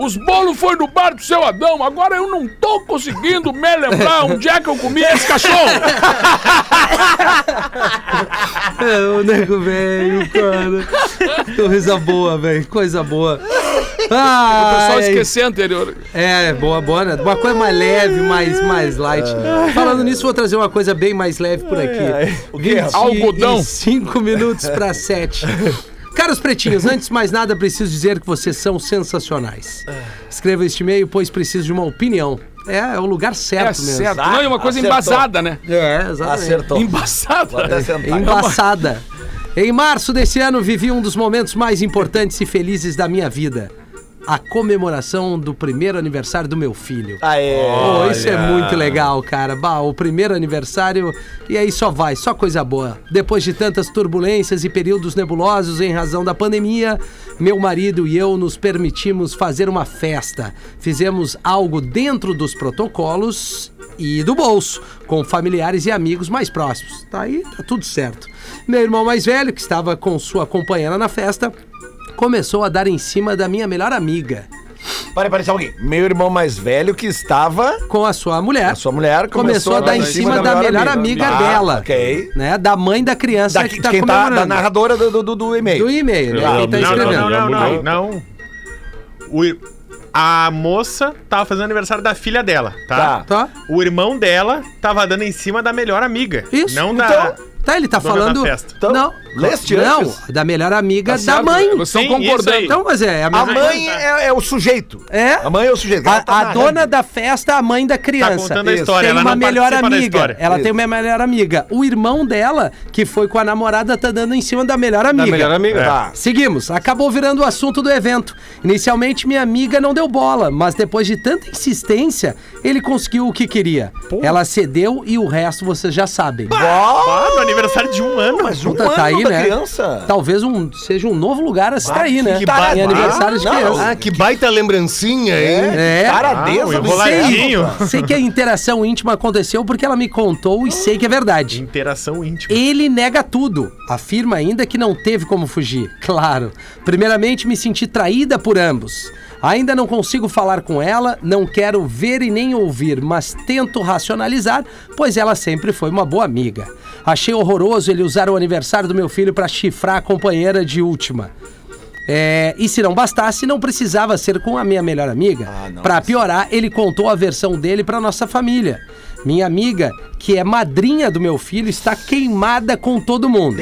Os bolos foi no bar do seu Adão, agora eu não tô conseguindo me lembrar onde é que eu comi esse cachorro.
É, o nego velho, cara. Coisa boa, velho. Coisa boa. Ah,
O pessoal
é-
esqueceu anterior.
É, boa, boa, né? Uma coisa mais leve, mais, mais light. Falando nisso, vou trazer uma coisa bem mais leve por aqui. O que
Algodão.
Cinco minutos pra sete. Caros pretinhos, antes de mais nada, preciso dizer que vocês são sensacionais. Escreva este e-mail, pois preciso de uma opinião. É, é o lugar
É
certo mesmo. Ah,
certo. Não, e uma coisa
Acertou.
embasada, né?
É, exatamente.
Acertou.
Embasada.
É Embaçada. Em março desse ano, vivi um dos momentos mais importantes e felizes da minha vida. A comemoração do primeiro aniversário do meu filho.
Aê.
Pô, isso é muito legal, cara. Bah, o primeiro aniversário e aí só vai, só coisa boa. Depois de tantas turbulências e períodos nebulosos em razão da pandemia, meu marido e eu nos permitimos fazer uma festa. Fizemos algo dentro dos protocolos e do bolso, com familiares e amigos mais próximos. Tá aí, tá tudo certo. Meu irmão mais velho, que estava com sua companheira na festa, começou a dar em cima da minha melhor amiga,
Para, para, só um pouquinho. Meu irmão mais velho que estava...
com a sua mulher.
A sua mulher
começou a dar em cima da, melhor amiga,
Ah,
dela.
ok.
Né? Da mãe da criança
Da,
que tá
quem tá, da
comemorando.
narradora do, do, do, do e-mail.
Do e-mail, né?
Ah,
Quem tá
Não, não, não,
escrevendo.
não, não, não. O ir- a moça tava fazendo aniversário da filha dela, tá?
Tá.
Tá?
O irmão dela tava dando em cima da melhor amiga.
Isso.
Não da.
Tá, ele tá
Dona
falando.
da festa.
Então,
não.
leste
não,
antes.
da melhor amiga
Tá
da
certo,
mãe.
né? Vocês estão
Sim, isso
concordando.
aí.
é Então, mas é, a
A
mesma
mãe é, é o sujeito.
É.
A mãe é o sujeito. Ela
A,
tá
a
narrando.
dona da festa, é a mãe da criança.
contando a história,
tem
ela
uma
não
melhor
participa da
amiga.
história.
Ela
Isso.
tem uma melhor amiga. O irmão dela, que foi com a namorada, tá dando em cima da melhor amiga.
Da melhor amiga.
Tá.
Seguimos. Acabou virando o assunto do evento. Inicialmente, minha amiga não deu bola, mas depois de tanta insistência, ele conseguiu o que queria. Ela cedeu e o resto vocês já sabem.
Ó,
Ah, no aniversário de um ano.
Mas um
Puta,
ano
tá aí,
da
né?
criança.
Talvez um, seja um novo lugar a se tá aí, né?
que
Tá em
barbado.
aniversário de
Não,
criança.
Ah,
que baita lembrancinha, hein?
É.
Taradeza
Ah,
do
enroladinho.
céu.
Sei que a interação íntima aconteceu porque ela me contou e sei que é verdade.
Interação íntima. É
Ele nega tudo. Afirma ainda que não teve como fugir. Claro. Primeiramente, me senti traída por ambos. Ainda não consigo falar com ela, não quero ver e nem ouvir, mas tento racionalizar, pois ela sempre foi uma boa amiga. Achei horroroso ele usar o aniversário do meu filho para chifrar a companheira de última. É, e se não bastasse, não precisava ser com a minha melhor amiga.
Ah,
pra piorar, ele contou a versão dele pra nossa família. Minha amiga, que é madrinha do meu filho, está queimada com todo mundo.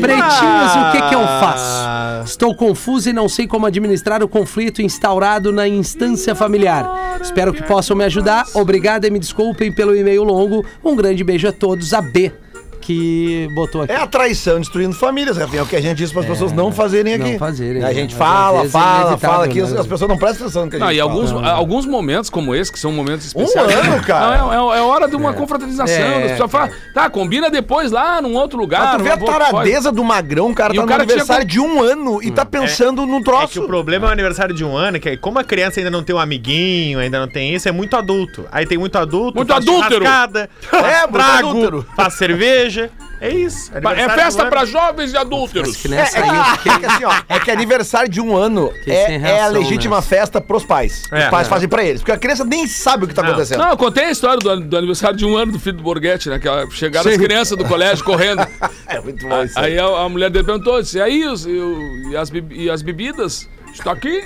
Pretinhos, o que, que eu faço? Estou confusa e não sei como administrar o conflito instaurado na instância familiar. Espero que possam me ajudar. Obrigada e me desculpem pelo e-mail longo. Um grande beijo a todos. A B, que botou aqui.
É a traição destruindo famílias, Rafinha. É o que a gente diz para as pessoas não fazerem
Não
aqui.
fazerem,
A
né?
gente
Mas às
fala,
vezes é
fala,
inevitável,
fala aqui.
né?
As pessoas não prestam atenção no que a gente
Não, e
fala. Um
alguns, alguns momentos como esse, que são momentos especiais.
ano, cara.
Não, é, é- é hora de uma confraternização.
É,
as pessoas falam, tá, combina depois lá num outro
Mas
lugar.
tu vê a
numa boa-
taradeza do Magrão, o cara
E
tá
o
no
cara tinha
aniversário de um ano e tá pensando num troço.
É que o problema é o aniversário de um ano, que é como a criança ainda não tem um amiguinho, ainda não tem isso, é muito adulto. Aí tem muito adulto,
Muito
faz
adúltero.
churrascada,
É,
faz
muito
trago,
adúltero.
faz cerveja. É isso.
Pá, É
aniversário do
festa
ano.
pra jovens e adúlteros.
Acho que
É,
nessa
é
aí eu
que, é que assim, ó, é que aniversário de um ano
Fiquei
é,
sem
é a
reação,
legítima
né?
festa pros pais.
É,
Os pais
é.
fazem pra eles, porque a criança nem sabe o que tá
Não.
acontecendo.
Não, é eu contei a história do, do aniversário de um ano do filho do Borghetti, né? Que ela- chegaram as crianças do colégio correndo.
É muito bom isso.
Aí a, a mulher dele perguntou: disse, e aí, os- e, o- e as, be- e as bebidas? Está aqui?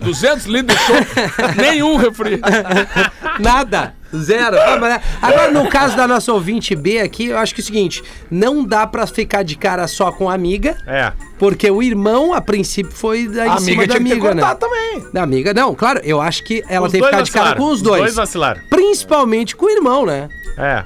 200 litros de chopp, nenhum refri.
Nada. Zero. Ah, mas- Agora, no caso da nossa ouvinte B aqui, eu acho que é o seguinte: não dá pra ficar de cara só com a amiga,
É.
porque o irmão, a princípio, foi da em
A
cima
amiga
da
tinha que ter
amiga, né?
cortado também.
Da amiga, não, claro, eu acho que ela
Os
tem que
dois
ficar de cara
vacilaram,
com os
os
dois.
dois vacilaram.
Principalmente com o irmão, né?
É.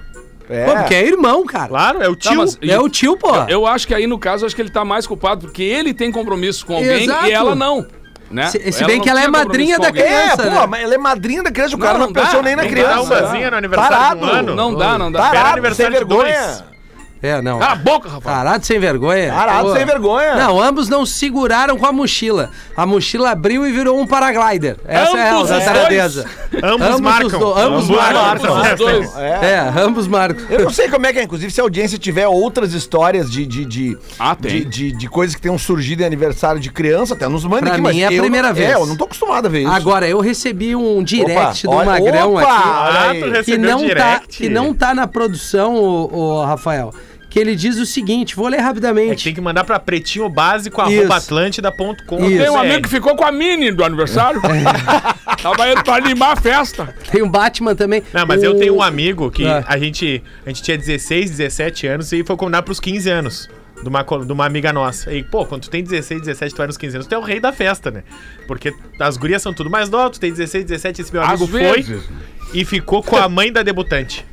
É.
Pô, porque é irmão, cara.
Claro, é o tio.
mas-
É o tio, pô.
Eu acho que aí, no caso, acho que ele tá mais culpado, porque ele tem compromisso com alguém
Exato.
e ela não. Né?
Se- se bem
não
que ela é
tinha compromisso
madrinha
com
da
alguém.
É,
criança, né?
pô, mas ela é madrinha da criança, o
Não,
cara não,
não dá.
pensou nem na
Não dá,
criança.
Dá um bazinho no aniversário
Tarado.
de um ano.
Não dá, não dá.
Era
Tarado, sem
aniversário de
vergonha.
dois.
É, não.
Cala a boca, rapaz.
Parado sem vergonha.
Tarado,
Pô.
sem vergonha.
Não, ambos não seguraram com a mochila. A mochila abriu e virou um paraglider. Essa é
Ambos
a- a
os
taradeza.
Ambos,
Ambos
marcam.
os do- ambos
marcam. Os dois.
É.
É, ambos marcam.
Eu não sei como é que é, inclusive, se a audiência tiver outras histórias de, de, de,
Ah,
de,
tem.
de, de coisas que tenham surgido em aniversário de criança, até nos manda
Pra
aqui,
mim é a
eu-
primeira vez.
É, eu não tô acostumado a ver isso.
Agora, eu recebi um direct do
Opa, olha-
Magrão
opa!
aqui.
Olha
Ah,
aí.
tu
Que
recebeu
não, tá,
direct.
que não tá na produção, o, Rafael. Que ele diz o seguinte: vou ler
É que
rapidamente.
tem que mandar pra pretinho básico,
Isso.
arroba atlântida.com.
Isso.
Tem um amigo que ficou com a mini do aniversário. Tava indo pra animar a festa.
Tem o Batman também.
Não, mas eu
O-
tenho um amigo que
Ah.
a, gente, a gente tinha 16, 17 anos e foi combinar pros 15 anos. De uma, co- de uma amiga nossa. E, pô, quando tu tem 16, 17, tu vai nos 15 anos, tu é o rei da festa, né? Porque as gurias são tudo mais novas, tu tem 16, 17, esse meu
Às
amigo foi
vezes. né?
e ficou com a mãe da debutante.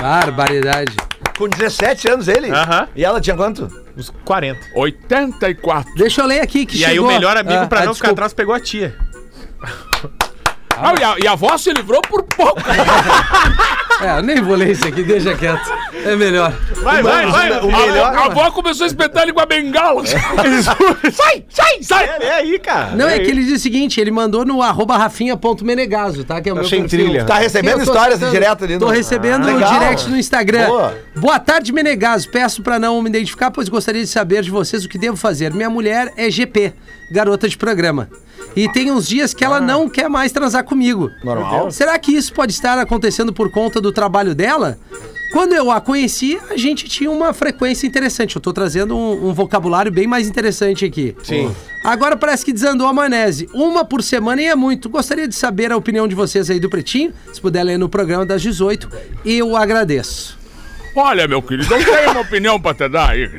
Barbaridade.
Com 17 anos ele?
Aham.
E ela tinha quanto?
Uns 40.
84.
Deixa eu ler aqui que
E
chegou.
aí o melhor amigo,
Ah,
pra
ah,
não ficar
desculpa.
atrás, pegou a tia.
Ah, e, a, e a avó se livrou por pouco.
É, eu nem vou ler isso aqui, deixa quieto. É melhor.
Vai, vai, vai.
A- a, avó começou a espetar ele com a bengala. sai, sai, sai.
É aí, cara.
Não, é que ele diz o seguinte, ele mandou no arroba rafinha.menegaso, tá? Que é o meu
Achei
perfil.
trilha.
Tá recebendo
Eu tô
histórias
aceitando.
direto ali no-
Tô recebendo
Ah, legal.
direct no Instagram.
Boa.
Boa tarde, Menegaso. Peço pra não me identificar, pois gostaria de saber de vocês o que devo fazer. Minha mulher é GP, garota de programa. E tem uns dias que ela
Ah.
não quer mais transar comigo.
Normal.
Será que isso pode estar acontecendo por conta do trabalho dela? Quando eu a conheci, a gente tinha uma frequência interessante. Eu tô trazendo um, um vocabulário bem mais interessante aqui. Sim. Agora parece que desandou a manese. Uma por semana e é muito. Gostaria de saber a opinião de vocês aí do Pretinho. Se puder ler no programa das 18, eu agradeço.
Olha, meu querido, eu tenho uma opinião pra te dar aí.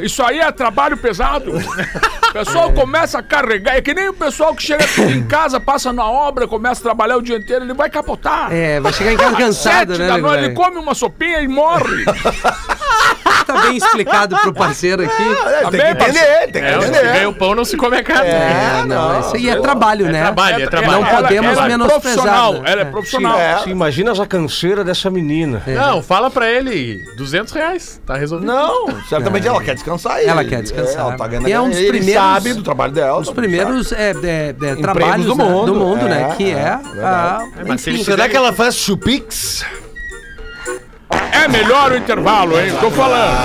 Isso aí é trabalho pesado. O pessoal começa a carregar. É que nem o pessoal que chega em casa, passa na obra, começa a trabalhar o dia inteiro, ele vai capotar.
É, vai chegar em casa cansado, É,
Sete
né?
da
nego
noite, ele
velho?
come uma sopinha e morre.
Tá bem bem explicado pro parceiro aqui.
É, tem que entender, tem que
É, se
entender.
ganha
um-
o pão, não se come a carne.
É, não.
Isso aí é trabalho, né?
Trabalho, é trabalho.
Não podemos
ela é
menosprezar.
profissional,
né?
ela é profissional.
É.
Se imagina essa canseira dessa menina.
Não, fala pra ele 200 reais, tá resolvido.
Não, certamente ela quer descansar.
É. Ela
e-
quer descansar.
é, Ela tá ganhando
E é um dos
ele
primeiros-
sabe do trabalho dela.
Um dos primeiros é, é, é, trabalhos
Empregos
do mundo,
do
né,
mundo.
do mundo, né?
É,
Que é,
é,
a.
Mas se ele
enfim,
quiser-
Será que ela faz chupix?
É melhor o intervalo, hein? Tô falando.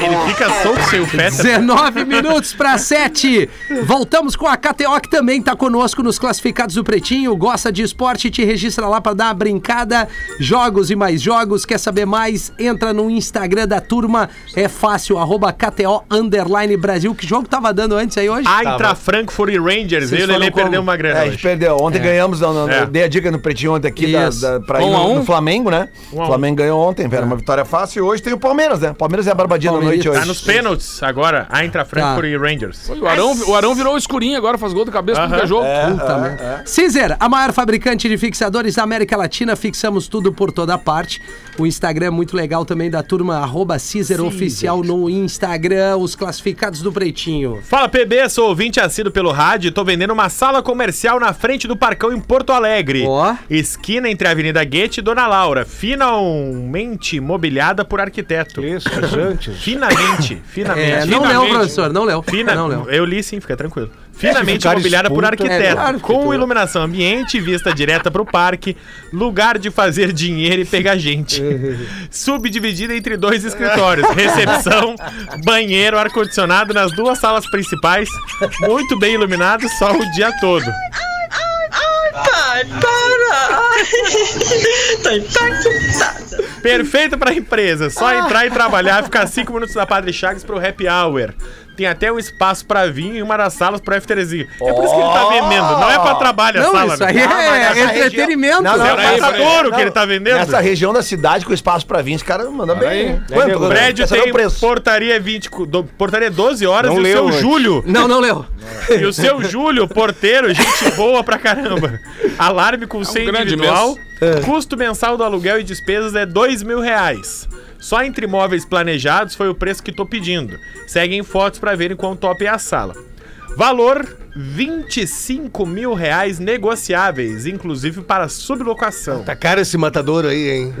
Ele fica solto sem o tá festa.
19 minutos para 7. Voltamos com a KTO, que também tá conosco nos classificados do Pretinho. Gosta de esporte? Te registra lá para dar uma brincada. Jogos e mais jogos. Quer saber mais? Entra no Instagram da turma. É fácil. Arroba KTO Underline Brasil. Que jogo tava dando antes aí hoje?
Aintra Frankfurt e Rangers.
Vocês
e o Lelê
foram como?
perdeu uma grana.
É, a gente
hoje.
perdeu. Ontem ganhamos, não, não,
É.
eu dei a dica no Pretinho ontem aqui da,
Isso.
da, pra ir
Um a
no,
um?
no Flamengo, né?
Um a um.
O Flamengo ganhou ontem, velho, uma vitória fácil. E hoje tem o Palmeiras, né? Palmeiras é a barbadinha da noite
Palmeiras.
hoje.
Tá nos pênaltis agora. Aintra Frankfurt
Tá.
e Rangers.
O Arão, o Arão
um
virou escurinho agora, faz gol de cabeça, tudo que é
Aham.
jogo.
Puta merda. né? É. Cizer, a maior fabricante de fixadores da América Latina, fixamos tudo por toda parte. O Instagram é muito legal também da turma, arroba Cizer Oficial no Instagram, os classificados do Pretinho.
Fala PB, sou ouvinte assíduo pelo rádio e tô vendendo uma sala comercial na frente do Parcão em Porto Alegre.
Ó.
Esquina entre a Avenida Guete e Dona Laura, finalmente mobiliada por arquiteto.
Isso, antes.
Finalmente, finalmente.
É, não
finalmente.
leu, professor, não leu.
Fina-
Não É, leu.
Eu li sim, fica tranquilo. Finalmente
ficar
mobiliada por
exposto,
arquiteto,
é claro,
com iluminação ambiente, vista direta para o parque, lugar de fazer dinheiro e pegar gente. Subdividida entre dois escritórios, recepção, banheiro, ar-condicionado nas duas salas principais, muito bem iluminado, sol o dia todo.
Pai, para! tá impactada.
Perfeito pra empresa.
Ah.
Só entrar e trabalhar, ficar 5 minutos na Padre Chagas pro happy hour. Tem até um espaço pra vinho e uma das salas pro F3zinho. É por isso que ele tá vendendo. Não é pra trabalho a
Não,
sala.
isso aí
Ah,
né?
é entretenimento.
Não, não,
É o
Pera aí,
passadouro
pera
que
aí.
ele tá vendendo.
Nessa região da cidade, com espaço pra vir, os caras mandam bem. né? Quanto?
O prédio
Quer saber
tem
é o preço.
portaria 20, co- do- portaria 12 horas
Não
e o
leu
seu
antes.
Júlio.
Não, não leu.
E o seu Júlio, porteiro, gente boa pra caramba. Alarme com 100
grande
individual. Custo mensal do aluguel e despesas é dois mil reais. Só entre imóveis planejados foi o preço que tô pedindo. Seguem fotos pra verem quão top é a sala. Valor: 25 mil reais negociáveis, inclusive para sublocação.
Tá cara esse matador aí, hein?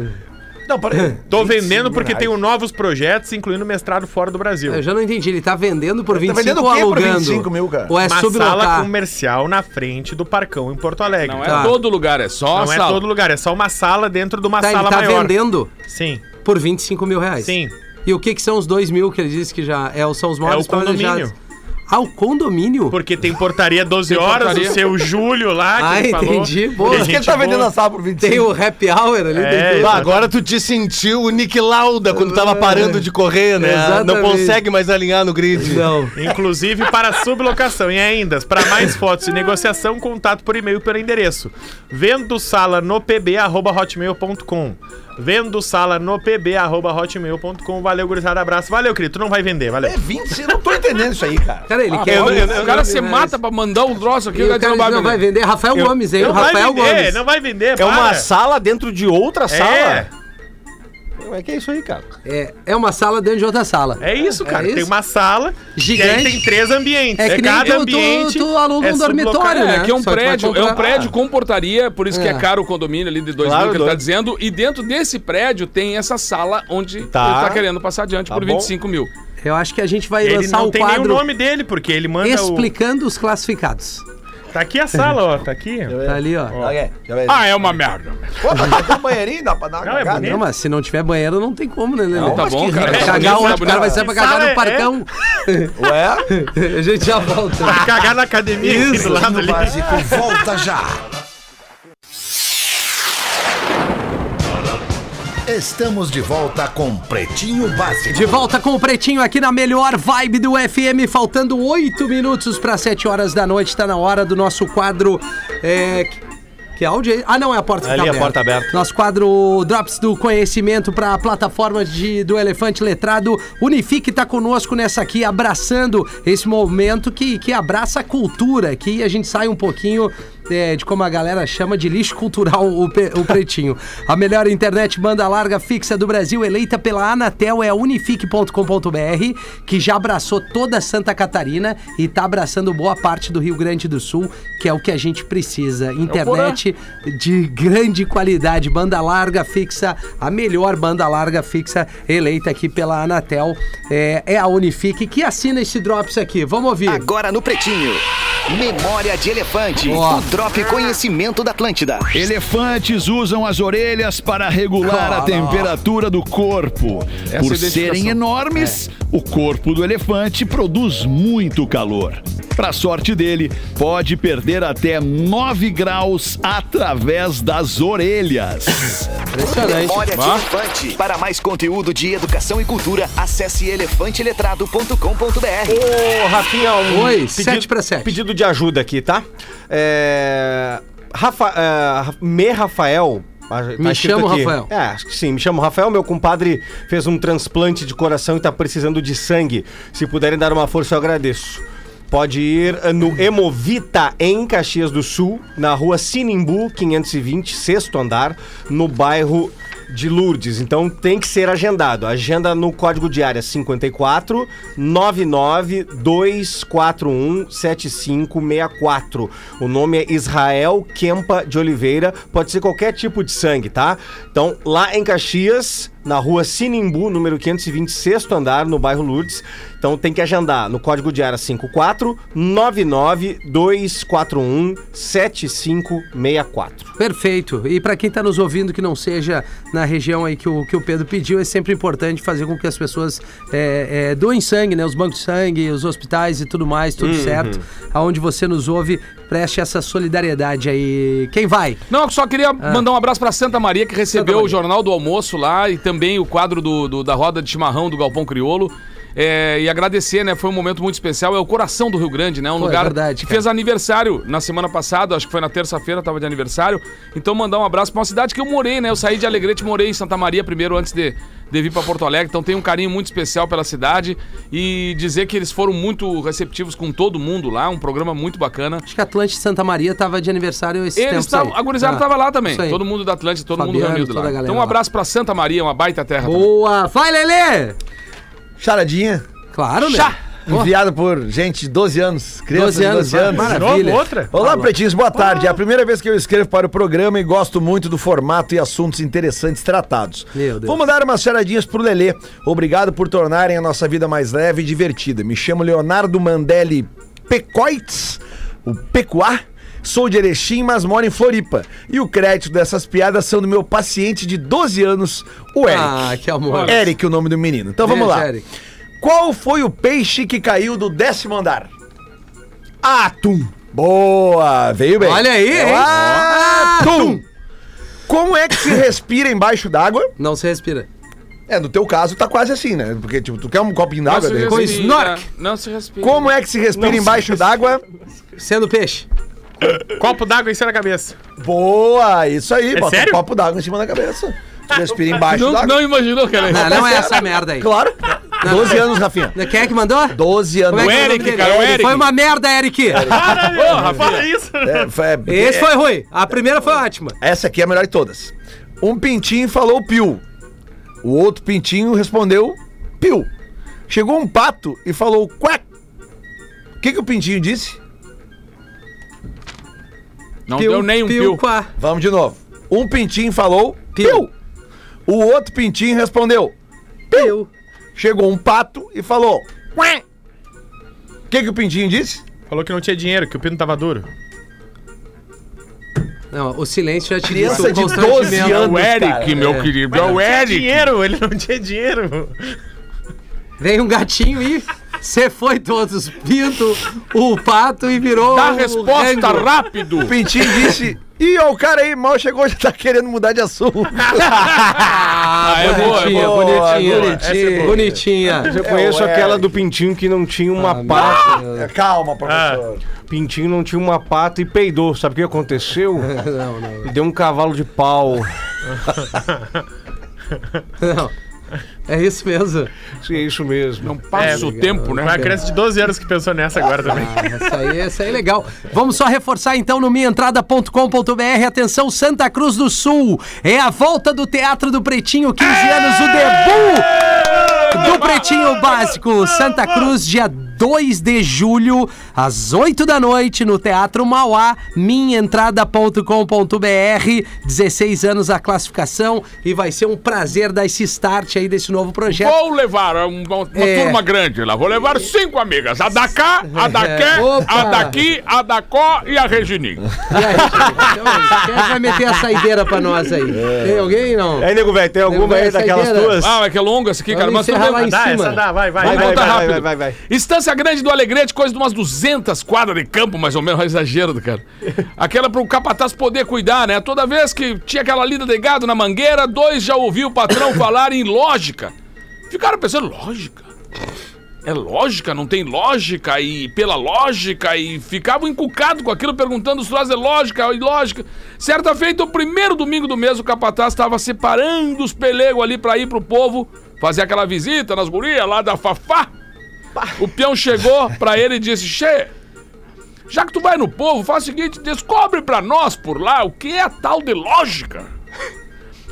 Não, peraí.
Tô vendendo porque tenho novos projetos, incluindo mestrado fora do Brasil.
Eu já não entendi, ele tá vendendo por 25
vendendo
ou
o quê por
alugando?
25 mil, cara?
Ou é
uma sala
sublocar?
comercial na frente do Parcão em Porto Alegre.
Não
Não
é
é,
Tá.
todo lugar, é só a sala.
todo lugar, é só uma sala dentro de uma
Tá, ele
sala
tá
maior.
vendendo
Sim,
por 25 mil reais.
sim.
E o que que são os 2 mil que ele disse que já é, são os móveis
o condomínio.
planejados? Ah, o condomínio?
Porque tem portaria 12
Tem
horas,
portaria.
o seu Júlio lá.
Ah,
que ele falou.
entendi. Boa.
Tem
Por isso que ele
gente
tá vendendo
boa.
a sala por 25.
Tem o happy hour ali
É,
dentro.
Ah, agora tu te sentiu o Nick Lauda quando tava parando de correr, né?
Exatamente.
Não consegue mais alinhar no grid.
Não.
Inclusive para sublocação. E ainda, para mais fotos e negociação, contato por e-mail pelo endereço. Vendo sala no pb, arroba hotmail.com. Vendo sala no pb, arroba hotmail.com. Valeu, gurizada. Abraço. Valeu, querido. Tu não vai vender, valeu.
É 20, eu não tô entendendo isso aí, cara.
Cara,
Ah,
ele quer.
Eu- eu- eu-
um-
Ah, o cara se
mil reais.
mata pra mandar um troço aqui,
E o cara
não vai
não vai
vender.
vender. Rafael Gomes, hein? O
não vai
Rafael
vender,
Gomes.
não vai vender,
É uma
para.
sala dentro de outra
É,
sala? Como é que é isso aí, cara?
É, é uma sala dentro de outra sala.
é isso, cara.
isso?
Tem uma sala
Gigante.
e aí tem três ambientes.
É que nem tu- tu- tu aluga um dormitório,
subloca-
né?
É, aqui é um
Só que vai
prédio, é
comprar-
um prédio com portaria, por isso que é
É.
caro o condomínio ali de 2
Claro,
mil que ele tá
dois.
dizendo. E dentro desse prédio tem essa sala onde
Tá.
ele tá querendo passar adiante por 25 mil.
Eu acho que a gente vai
Ele
lançar
não
o
tem nem o
quadro
nome é dele, porque ele manda
explicando os classificados.
o... Tá aqui a sala, ó. Tá aqui.
Tá ali, ó.
Ok, já vai.
Ah, é uma merda.
Pô, mas aqui tem um banheirinho, dá pra dar uma
Não, é
cagada.
bonito.
Não, Tá mas se não tiver banheiro, não tem como, né, Lelê?
Tá bom, cara.
É,
Cagar
bonito,
onde?
tá
O cara vai sair pra cagar
Sala
no
é-
parcão.
Ué?
A gente já volta.
Cagar na academia aqui do lado ali.
volta já. Estamos de volta com Pretinho Básico.
De volta com o Pretinho aqui na melhor vibe do FM, faltando oito minutos para 7 horas da noite, tá na hora do nosso quadro. É, que- que áudio é? Ah, não, é a porta que
Ali, a porta aberta.
Nosso quadro Drops do Conhecimento para a plataforma de, do Elefante Letrado. Unifique tá conosco nessa aqui, abraçando esse momento que, que abraça a cultura, que a gente sai um pouquinho é, de como a galera chama de lixo cultural o, pe- o pretinho. A melhor internet banda larga fixa do Brasil, eleita pela Anatel, é a unifique.com.br, que já abraçou toda Santa Catarina e tá abraçando boa parte do Rio Grande do Sul, que é o que a gente precisa. Internet de grande qualidade, banda larga fixa, a melhor banda larga fixa eleita aqui pela Anatel. É, é a Unifique que assina esse Drops aqui. Vamos ouvir.
Agora no Pretinho. Memória de Elefante.
Ó.
O Drop Conhecimento da Atlântida.
Elefantes usam as orelhas para regular a
Caralho.
temperatura do corpo.
Essa é a
Por
identificação. É.
serem enormes, o corpo do elefante produz muito calor. Para sorte dele, pode perder até 9 graus através das orelhas.
Impressionante.
Memória de Elefante. Para mais conteúdo de educação e cultura, acesse elefanteletrado.com.br.
Ô, Rafinha, um
Oi, sete pra sete.
pedido de ajuda aqui, tá? É, Rafa, é, Ra- Me Rafael. a- tá
Me
escrito
chamo Rafael.
É, acho que sim, me chamo Rafael. Meu compadre fez um transplante de coração e tá precisando de sangue. Se puderem dar uma força, eu agradeço. Pode ir eh, no Hemovita, em Caxias do Sul, na rua Sinimbu, 520, sexto andar, no bairro de Lourdes. Então tem que ser agendado. Agenda no código de área 54 99 241 7564. O nome é Israel Kempa de Oliveira. Pode ser qualquer tipo de sangue, tá? Então, lá em Caxias, na rua Sinimbu, número 526 andar, no bairro Lourdes. Então tem que agendar no código de área 54 99 241 7564.
Perfeito. E pra quem tá nos ouvindo que não seja na região aí que o, que o Pedro pediu, é sempre importante fazer com que as pessoas é, é, doem sangue, né? Os bancos de sangue, os hospitais e tudo mais, tudo
Uhum.
certo. Aonde você nos ouve, preste essa solidariedade aí. Quem vai?
Não, eu só queria mandar um abraço pra Santa Maria, que recebeu
Ah. Maria.
o Jornal do Almoço lá e também o quadro do, do- da roda de chimarrão do Galpão Criolo. É, e agradecer, né? Foi um momento muito especial. É o coração do Rio Grande, né? Um
Pô, é
lugar
verdade,
que
cara.
fez aniversário na semana passada, acho que foi na terça-feira, tava de aniversário. Então, mandar um abraço pra uma cidade que eu morei, né? Eu saí de Alegrete, morei em Santa Maria primeiro antes de, de vir pra Porto Alegre. Então, tenho um carinho muito especial pela cidade e dizer que eles foram muito receptivos com todo mundo lá. Um programa muito bacana.
Acho que Atlante Santa Maria tava de aniversário esse tempo.
Eles estavam, a gurizada tava lá também. Todo mundo da Atlântida, todo mundo
Ah, Fabiano,
reunido
toda a
lá.
galera
Então um
lá.
abraço pra Santa Maria, uma baita terra. também.
Boa! Vai, Lelê!
Charadinha,
Claro, né?
Chá!
enviada por gente de 12 anos, crianças
12
de
anos,
12
vai,
anos.
maravilha.
Novo, outra?
Olá, pretinhos, boa tarde. É a primeira vez que eu escrevo para o programa e gosto muito do formato e assuntos interessantes tratados.
Meu Deus.
Vou mandar umas charadinhas pro Lelê. Obrigado por tornarem a nossa vida mais leve e divertida. Me chamo Leonardo Mandelli Pecoites, o Pecuá. Sou de Erechim, mas moro em Floripa. E o crédito dessas piadas são do meu paciente de 12 anos, o Eric.
Ah, que amor.
Eric, o nome do menino. Então vamos
Beijo,
lá.
Eric.
Qual foi o peixe que caiu do décimo andar? Atum. Boa, veio bem.
Olha aí,
É o
hein?
Atum. Como é que se respira embaixo d'água?
Não se respira.
É, no teu caso tá quase assim, né? Porque tipo, tu quer um copinho d'água?
se
né?
com
respira,
snork.
Não se respira.
Como é que se respira embaixo d'água?
Sendo peixe.
Copo d'água em cima da cabeça.
Boa, isso
É
aí. bota
sério?
um copo d'água em cima da cabeça. Tu respira embaixo
Não,
d'água.
não imaginou, cara.
Não, não é essa merda aí.
Claro. 12 anos, Rafinha.
Quem é que mandou?
12 anos.
Como é que é
O
nome
Eric,
dele?
cara, o Eric.
Foi uma merda, Eric.
Para, meu, fala isso.
É, foi- é-
Esse foi ruim. A primeira foi ótima.
Essa aqui é a melhor de todas. Um pintinho falou piu. O outro pintinho respondeu piu. Chegou um pato e falou quack. O que, que o pintinho disse?
é
Não deu nem um pio.
quá.
Vamos de novo. Um pintinho falou piu. O outro pintinho respondeu.
Piu.
Chegou um pato e falou quack. O que, que o pintinho disse?
Falou que não tinha dinheiro, que o pino tava duro.
Não, o silêncio já te
Criança
o
de
constrangimento.
12 anos. cara.
meu querido, é o
Dinheiro, ele não tinha dinheiro.
Vem um gatinho e você foi todos. Pinto, o pato e virou.
Dá
o
resposta
rango.
rápido.
O pintinho disse. Ih, ó, o cara aí mal chegou já tá querendo mudar de assunto.
Ah, é boa, é
Bonitinha,
boa.
bonitinha.
boa. Essa é boa.
Bonitinha.
Eu conheço
Eric.
aquela do Pintinho que não tinha uma
Ah,
pata.
É, Ah.
Calma, professor.
Pintinho não tinha uma pata e peidou. Sabe o que aconteceu? Ele deu um cavalo de pau.
Não. É isso mesmo.
Sim, é isso mesmo.
Não passa
É,
o tempo, né?
Foi uma criança de 12 anos que pensou nessa agora também.
Ah, Isso aí, isso aí é legal. Vamos só reforçar então no minhaentrada.com.br. Atenção, Santa Cruz do Sul. É a volta do Teatro do Pretinho, 15 anos, o debut do Pretinho Básico. Santa Cruz, dia 2 de julho, às 8 da noite, no Teatro Mauá, minhaentrada.com.br. 16 anos a classificação e vai ser um prazer dar esse start aí desse novo projeto.
Vou levar uma, uma
É.
turma grande lá. Vou levar cinco amigas. A da cá, a da
É,
quê,
opa.
a daqui, a da có e a Regininho.
E aí, gente? Então, Quem é que vai meter a saideira pra nós aí? Tem alguém, não?
Aí, nego velho, tem alguma aí
Essa
daquelas
ideia, né?
tuas?
Ah, é que é longa essa aqui, cara.
Vamos
Mas tu
encerrar
vê-
lá em
Dá,
cima.
essa dá, vai, vai.
Vai,
vai.
vai,
Volta
vai,
rápido.
vai, vai, vai.
Estância Grande do Alegrete, coisa de umas 200 quadras de campo, mais ou menos, é um exagero, do cara. Aquela pro capataz poder cuidar, né? Toda vez que tinha aquela lida de gado na mangueira, dois já ouviam o patrão falar em lógica. Ficaram pensando, lógica? É lógica, não tem lógica, e pela lógica, e ficavam encucados com aquilo, perguntando se nós é lógica ou ilógica. Certa feita, o primeiro domingo do mês, o capataz estava separando os pelegos ali pra ir pro povo fazer aquela visita nas gurias lá da Fafá. O peão chegou pra ele e disse: Che, já que tu vai no povo, faz o seguinte, descobre pra nós por lá o que é a tal de lógica.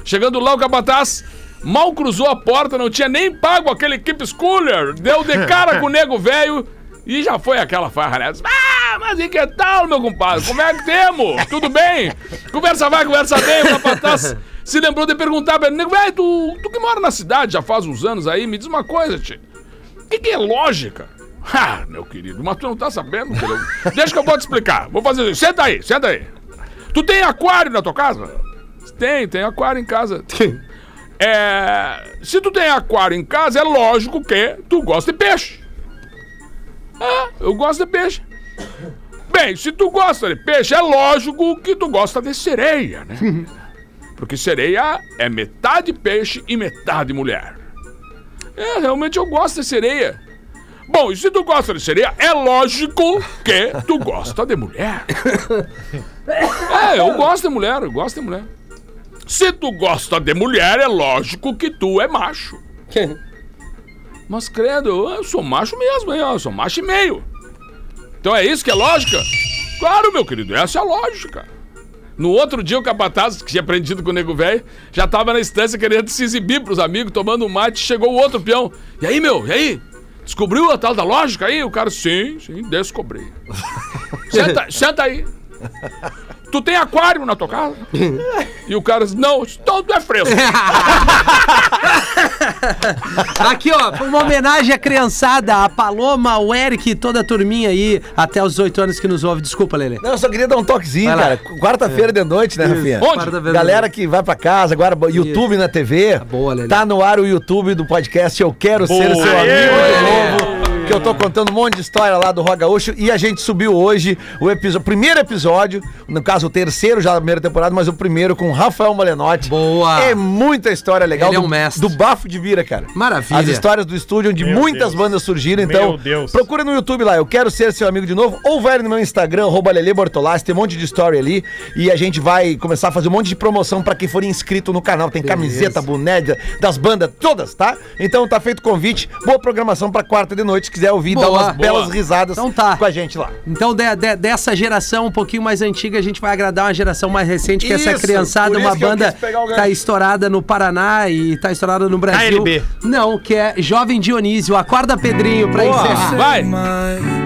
Chegando lá, o capataz mal cruzou a porta, não tinha nem pago aquele keep schooler, deu de cara com o nego velho e já foi aquela farra, né? Ah, mas e que tal, meu compadre? Como é que temos? Tudo bem? Conversa vai, conversa bem, o capataz. Se lembrou de perguntar pra ele, nego velho, tu, tu que mora na cidade já faz uns anos aí, me diz uma coisa, tio. O que, que é lógica? Ah, meu querido, mas tu não tá sabendo, querido. Deixa que eu vou te explicar. Vou fazer isso. Senta aí, senta aí. Tu tem aquário na tua casa? Tem, tem aquário em casa. Tem. É, se tu tem aquário em casa, é lógico que tu gosta de peixe. Ah, eu gosto de peixe. Bem, se tu gosta de peixe, é lógico que tu gosta de sereia, né? Porque sereia é metade peixe e metade mulher. É, realmente eu gosto de sereia. Bom, e se tu gosta de sereia, é lógico que tu gosta de mulher. É, eu gosto de mulher, eu gosto de mulher. Se tu gosta de mulher, é lógico que tu é macho. Mas credo, eu sou macho mesmo, hein? eu sou macho e meio. Então é isso que é lógica? Claro, meu querido, essa é a lógica. No outro dia, o capataz, que tinha aprendido com o nego velho, já tava na estância querendo se exibir pros amigos, tomando um mate. Chegou o outro peão. E aí, meu? E aí? Descobriu a tal da lógica aí? O cara, sim, sim, descobri. senta, senta aí. Tu tem aquário na tua casa? E o cara, não, todo é fresco.
Aqui, ó, uma homenagem à criançada, a Paloma, o Eric e toda a turminha aí, até os 18 anos que nos ouve. Desculpa, Lelê.
Não, eu só queria dar um toquezinho,
Vai lá. É.
cara. Quarta-feira de noite, né, Rafinha?
Onde?
Para da verdade.
Galera que vai pra casa agora, bo- YouTube na TV. Tá,
boa, Lelê.
no ar o YouTube do podcast Eu Quero Ser Seu Amigo de Novo. Que eu tô contando um monte de história lá do Roga Gaúcho. E a gente subiu hoje o episo- primeiro episódio, no caso o terceiro já da primeira temporada, mas o primeiro com o Rafael Malenotti.
Boa.
É muita história legal.
Ele é
do-
um mestre.
Do bafo de vira, cara.
Maravilha.
As histórias do estúdio onde
Meu
muitas
Deus.
bandas surgiram. Então,
Meu Deus.
procura no YouTube lá. Eu quero ser seu amigo de novo. Ou vai no meu Instagram, arroba Lele Bortolassi. Tem um monte de story ali. E a gente vai começar a fazer um monte de promoção pra quem for inscrito no canal. Tem camiseta, boné da- das bandas, todas, tá? Então tá feito o convite. Boa programação pra quarta de noite. Se quiser ouvir, dar
Boa.
umas belas
Boa.
risadas
Então tá.
com a gente lá.
Então, de- de- dessa geração um pouquinho mais antiga, a gente vai agradar uma geração mais recente, que é essa
Isso,
criançada,
por isso
uma
que eu
banda
quis pegar o
que tá
gancho.
estourada no Paraná e tá estourada no Brasil.
ALB.
Não, que é Jovem Dionísio. Acorda, Pedrinho, pra encerrar.
Vai!
mais.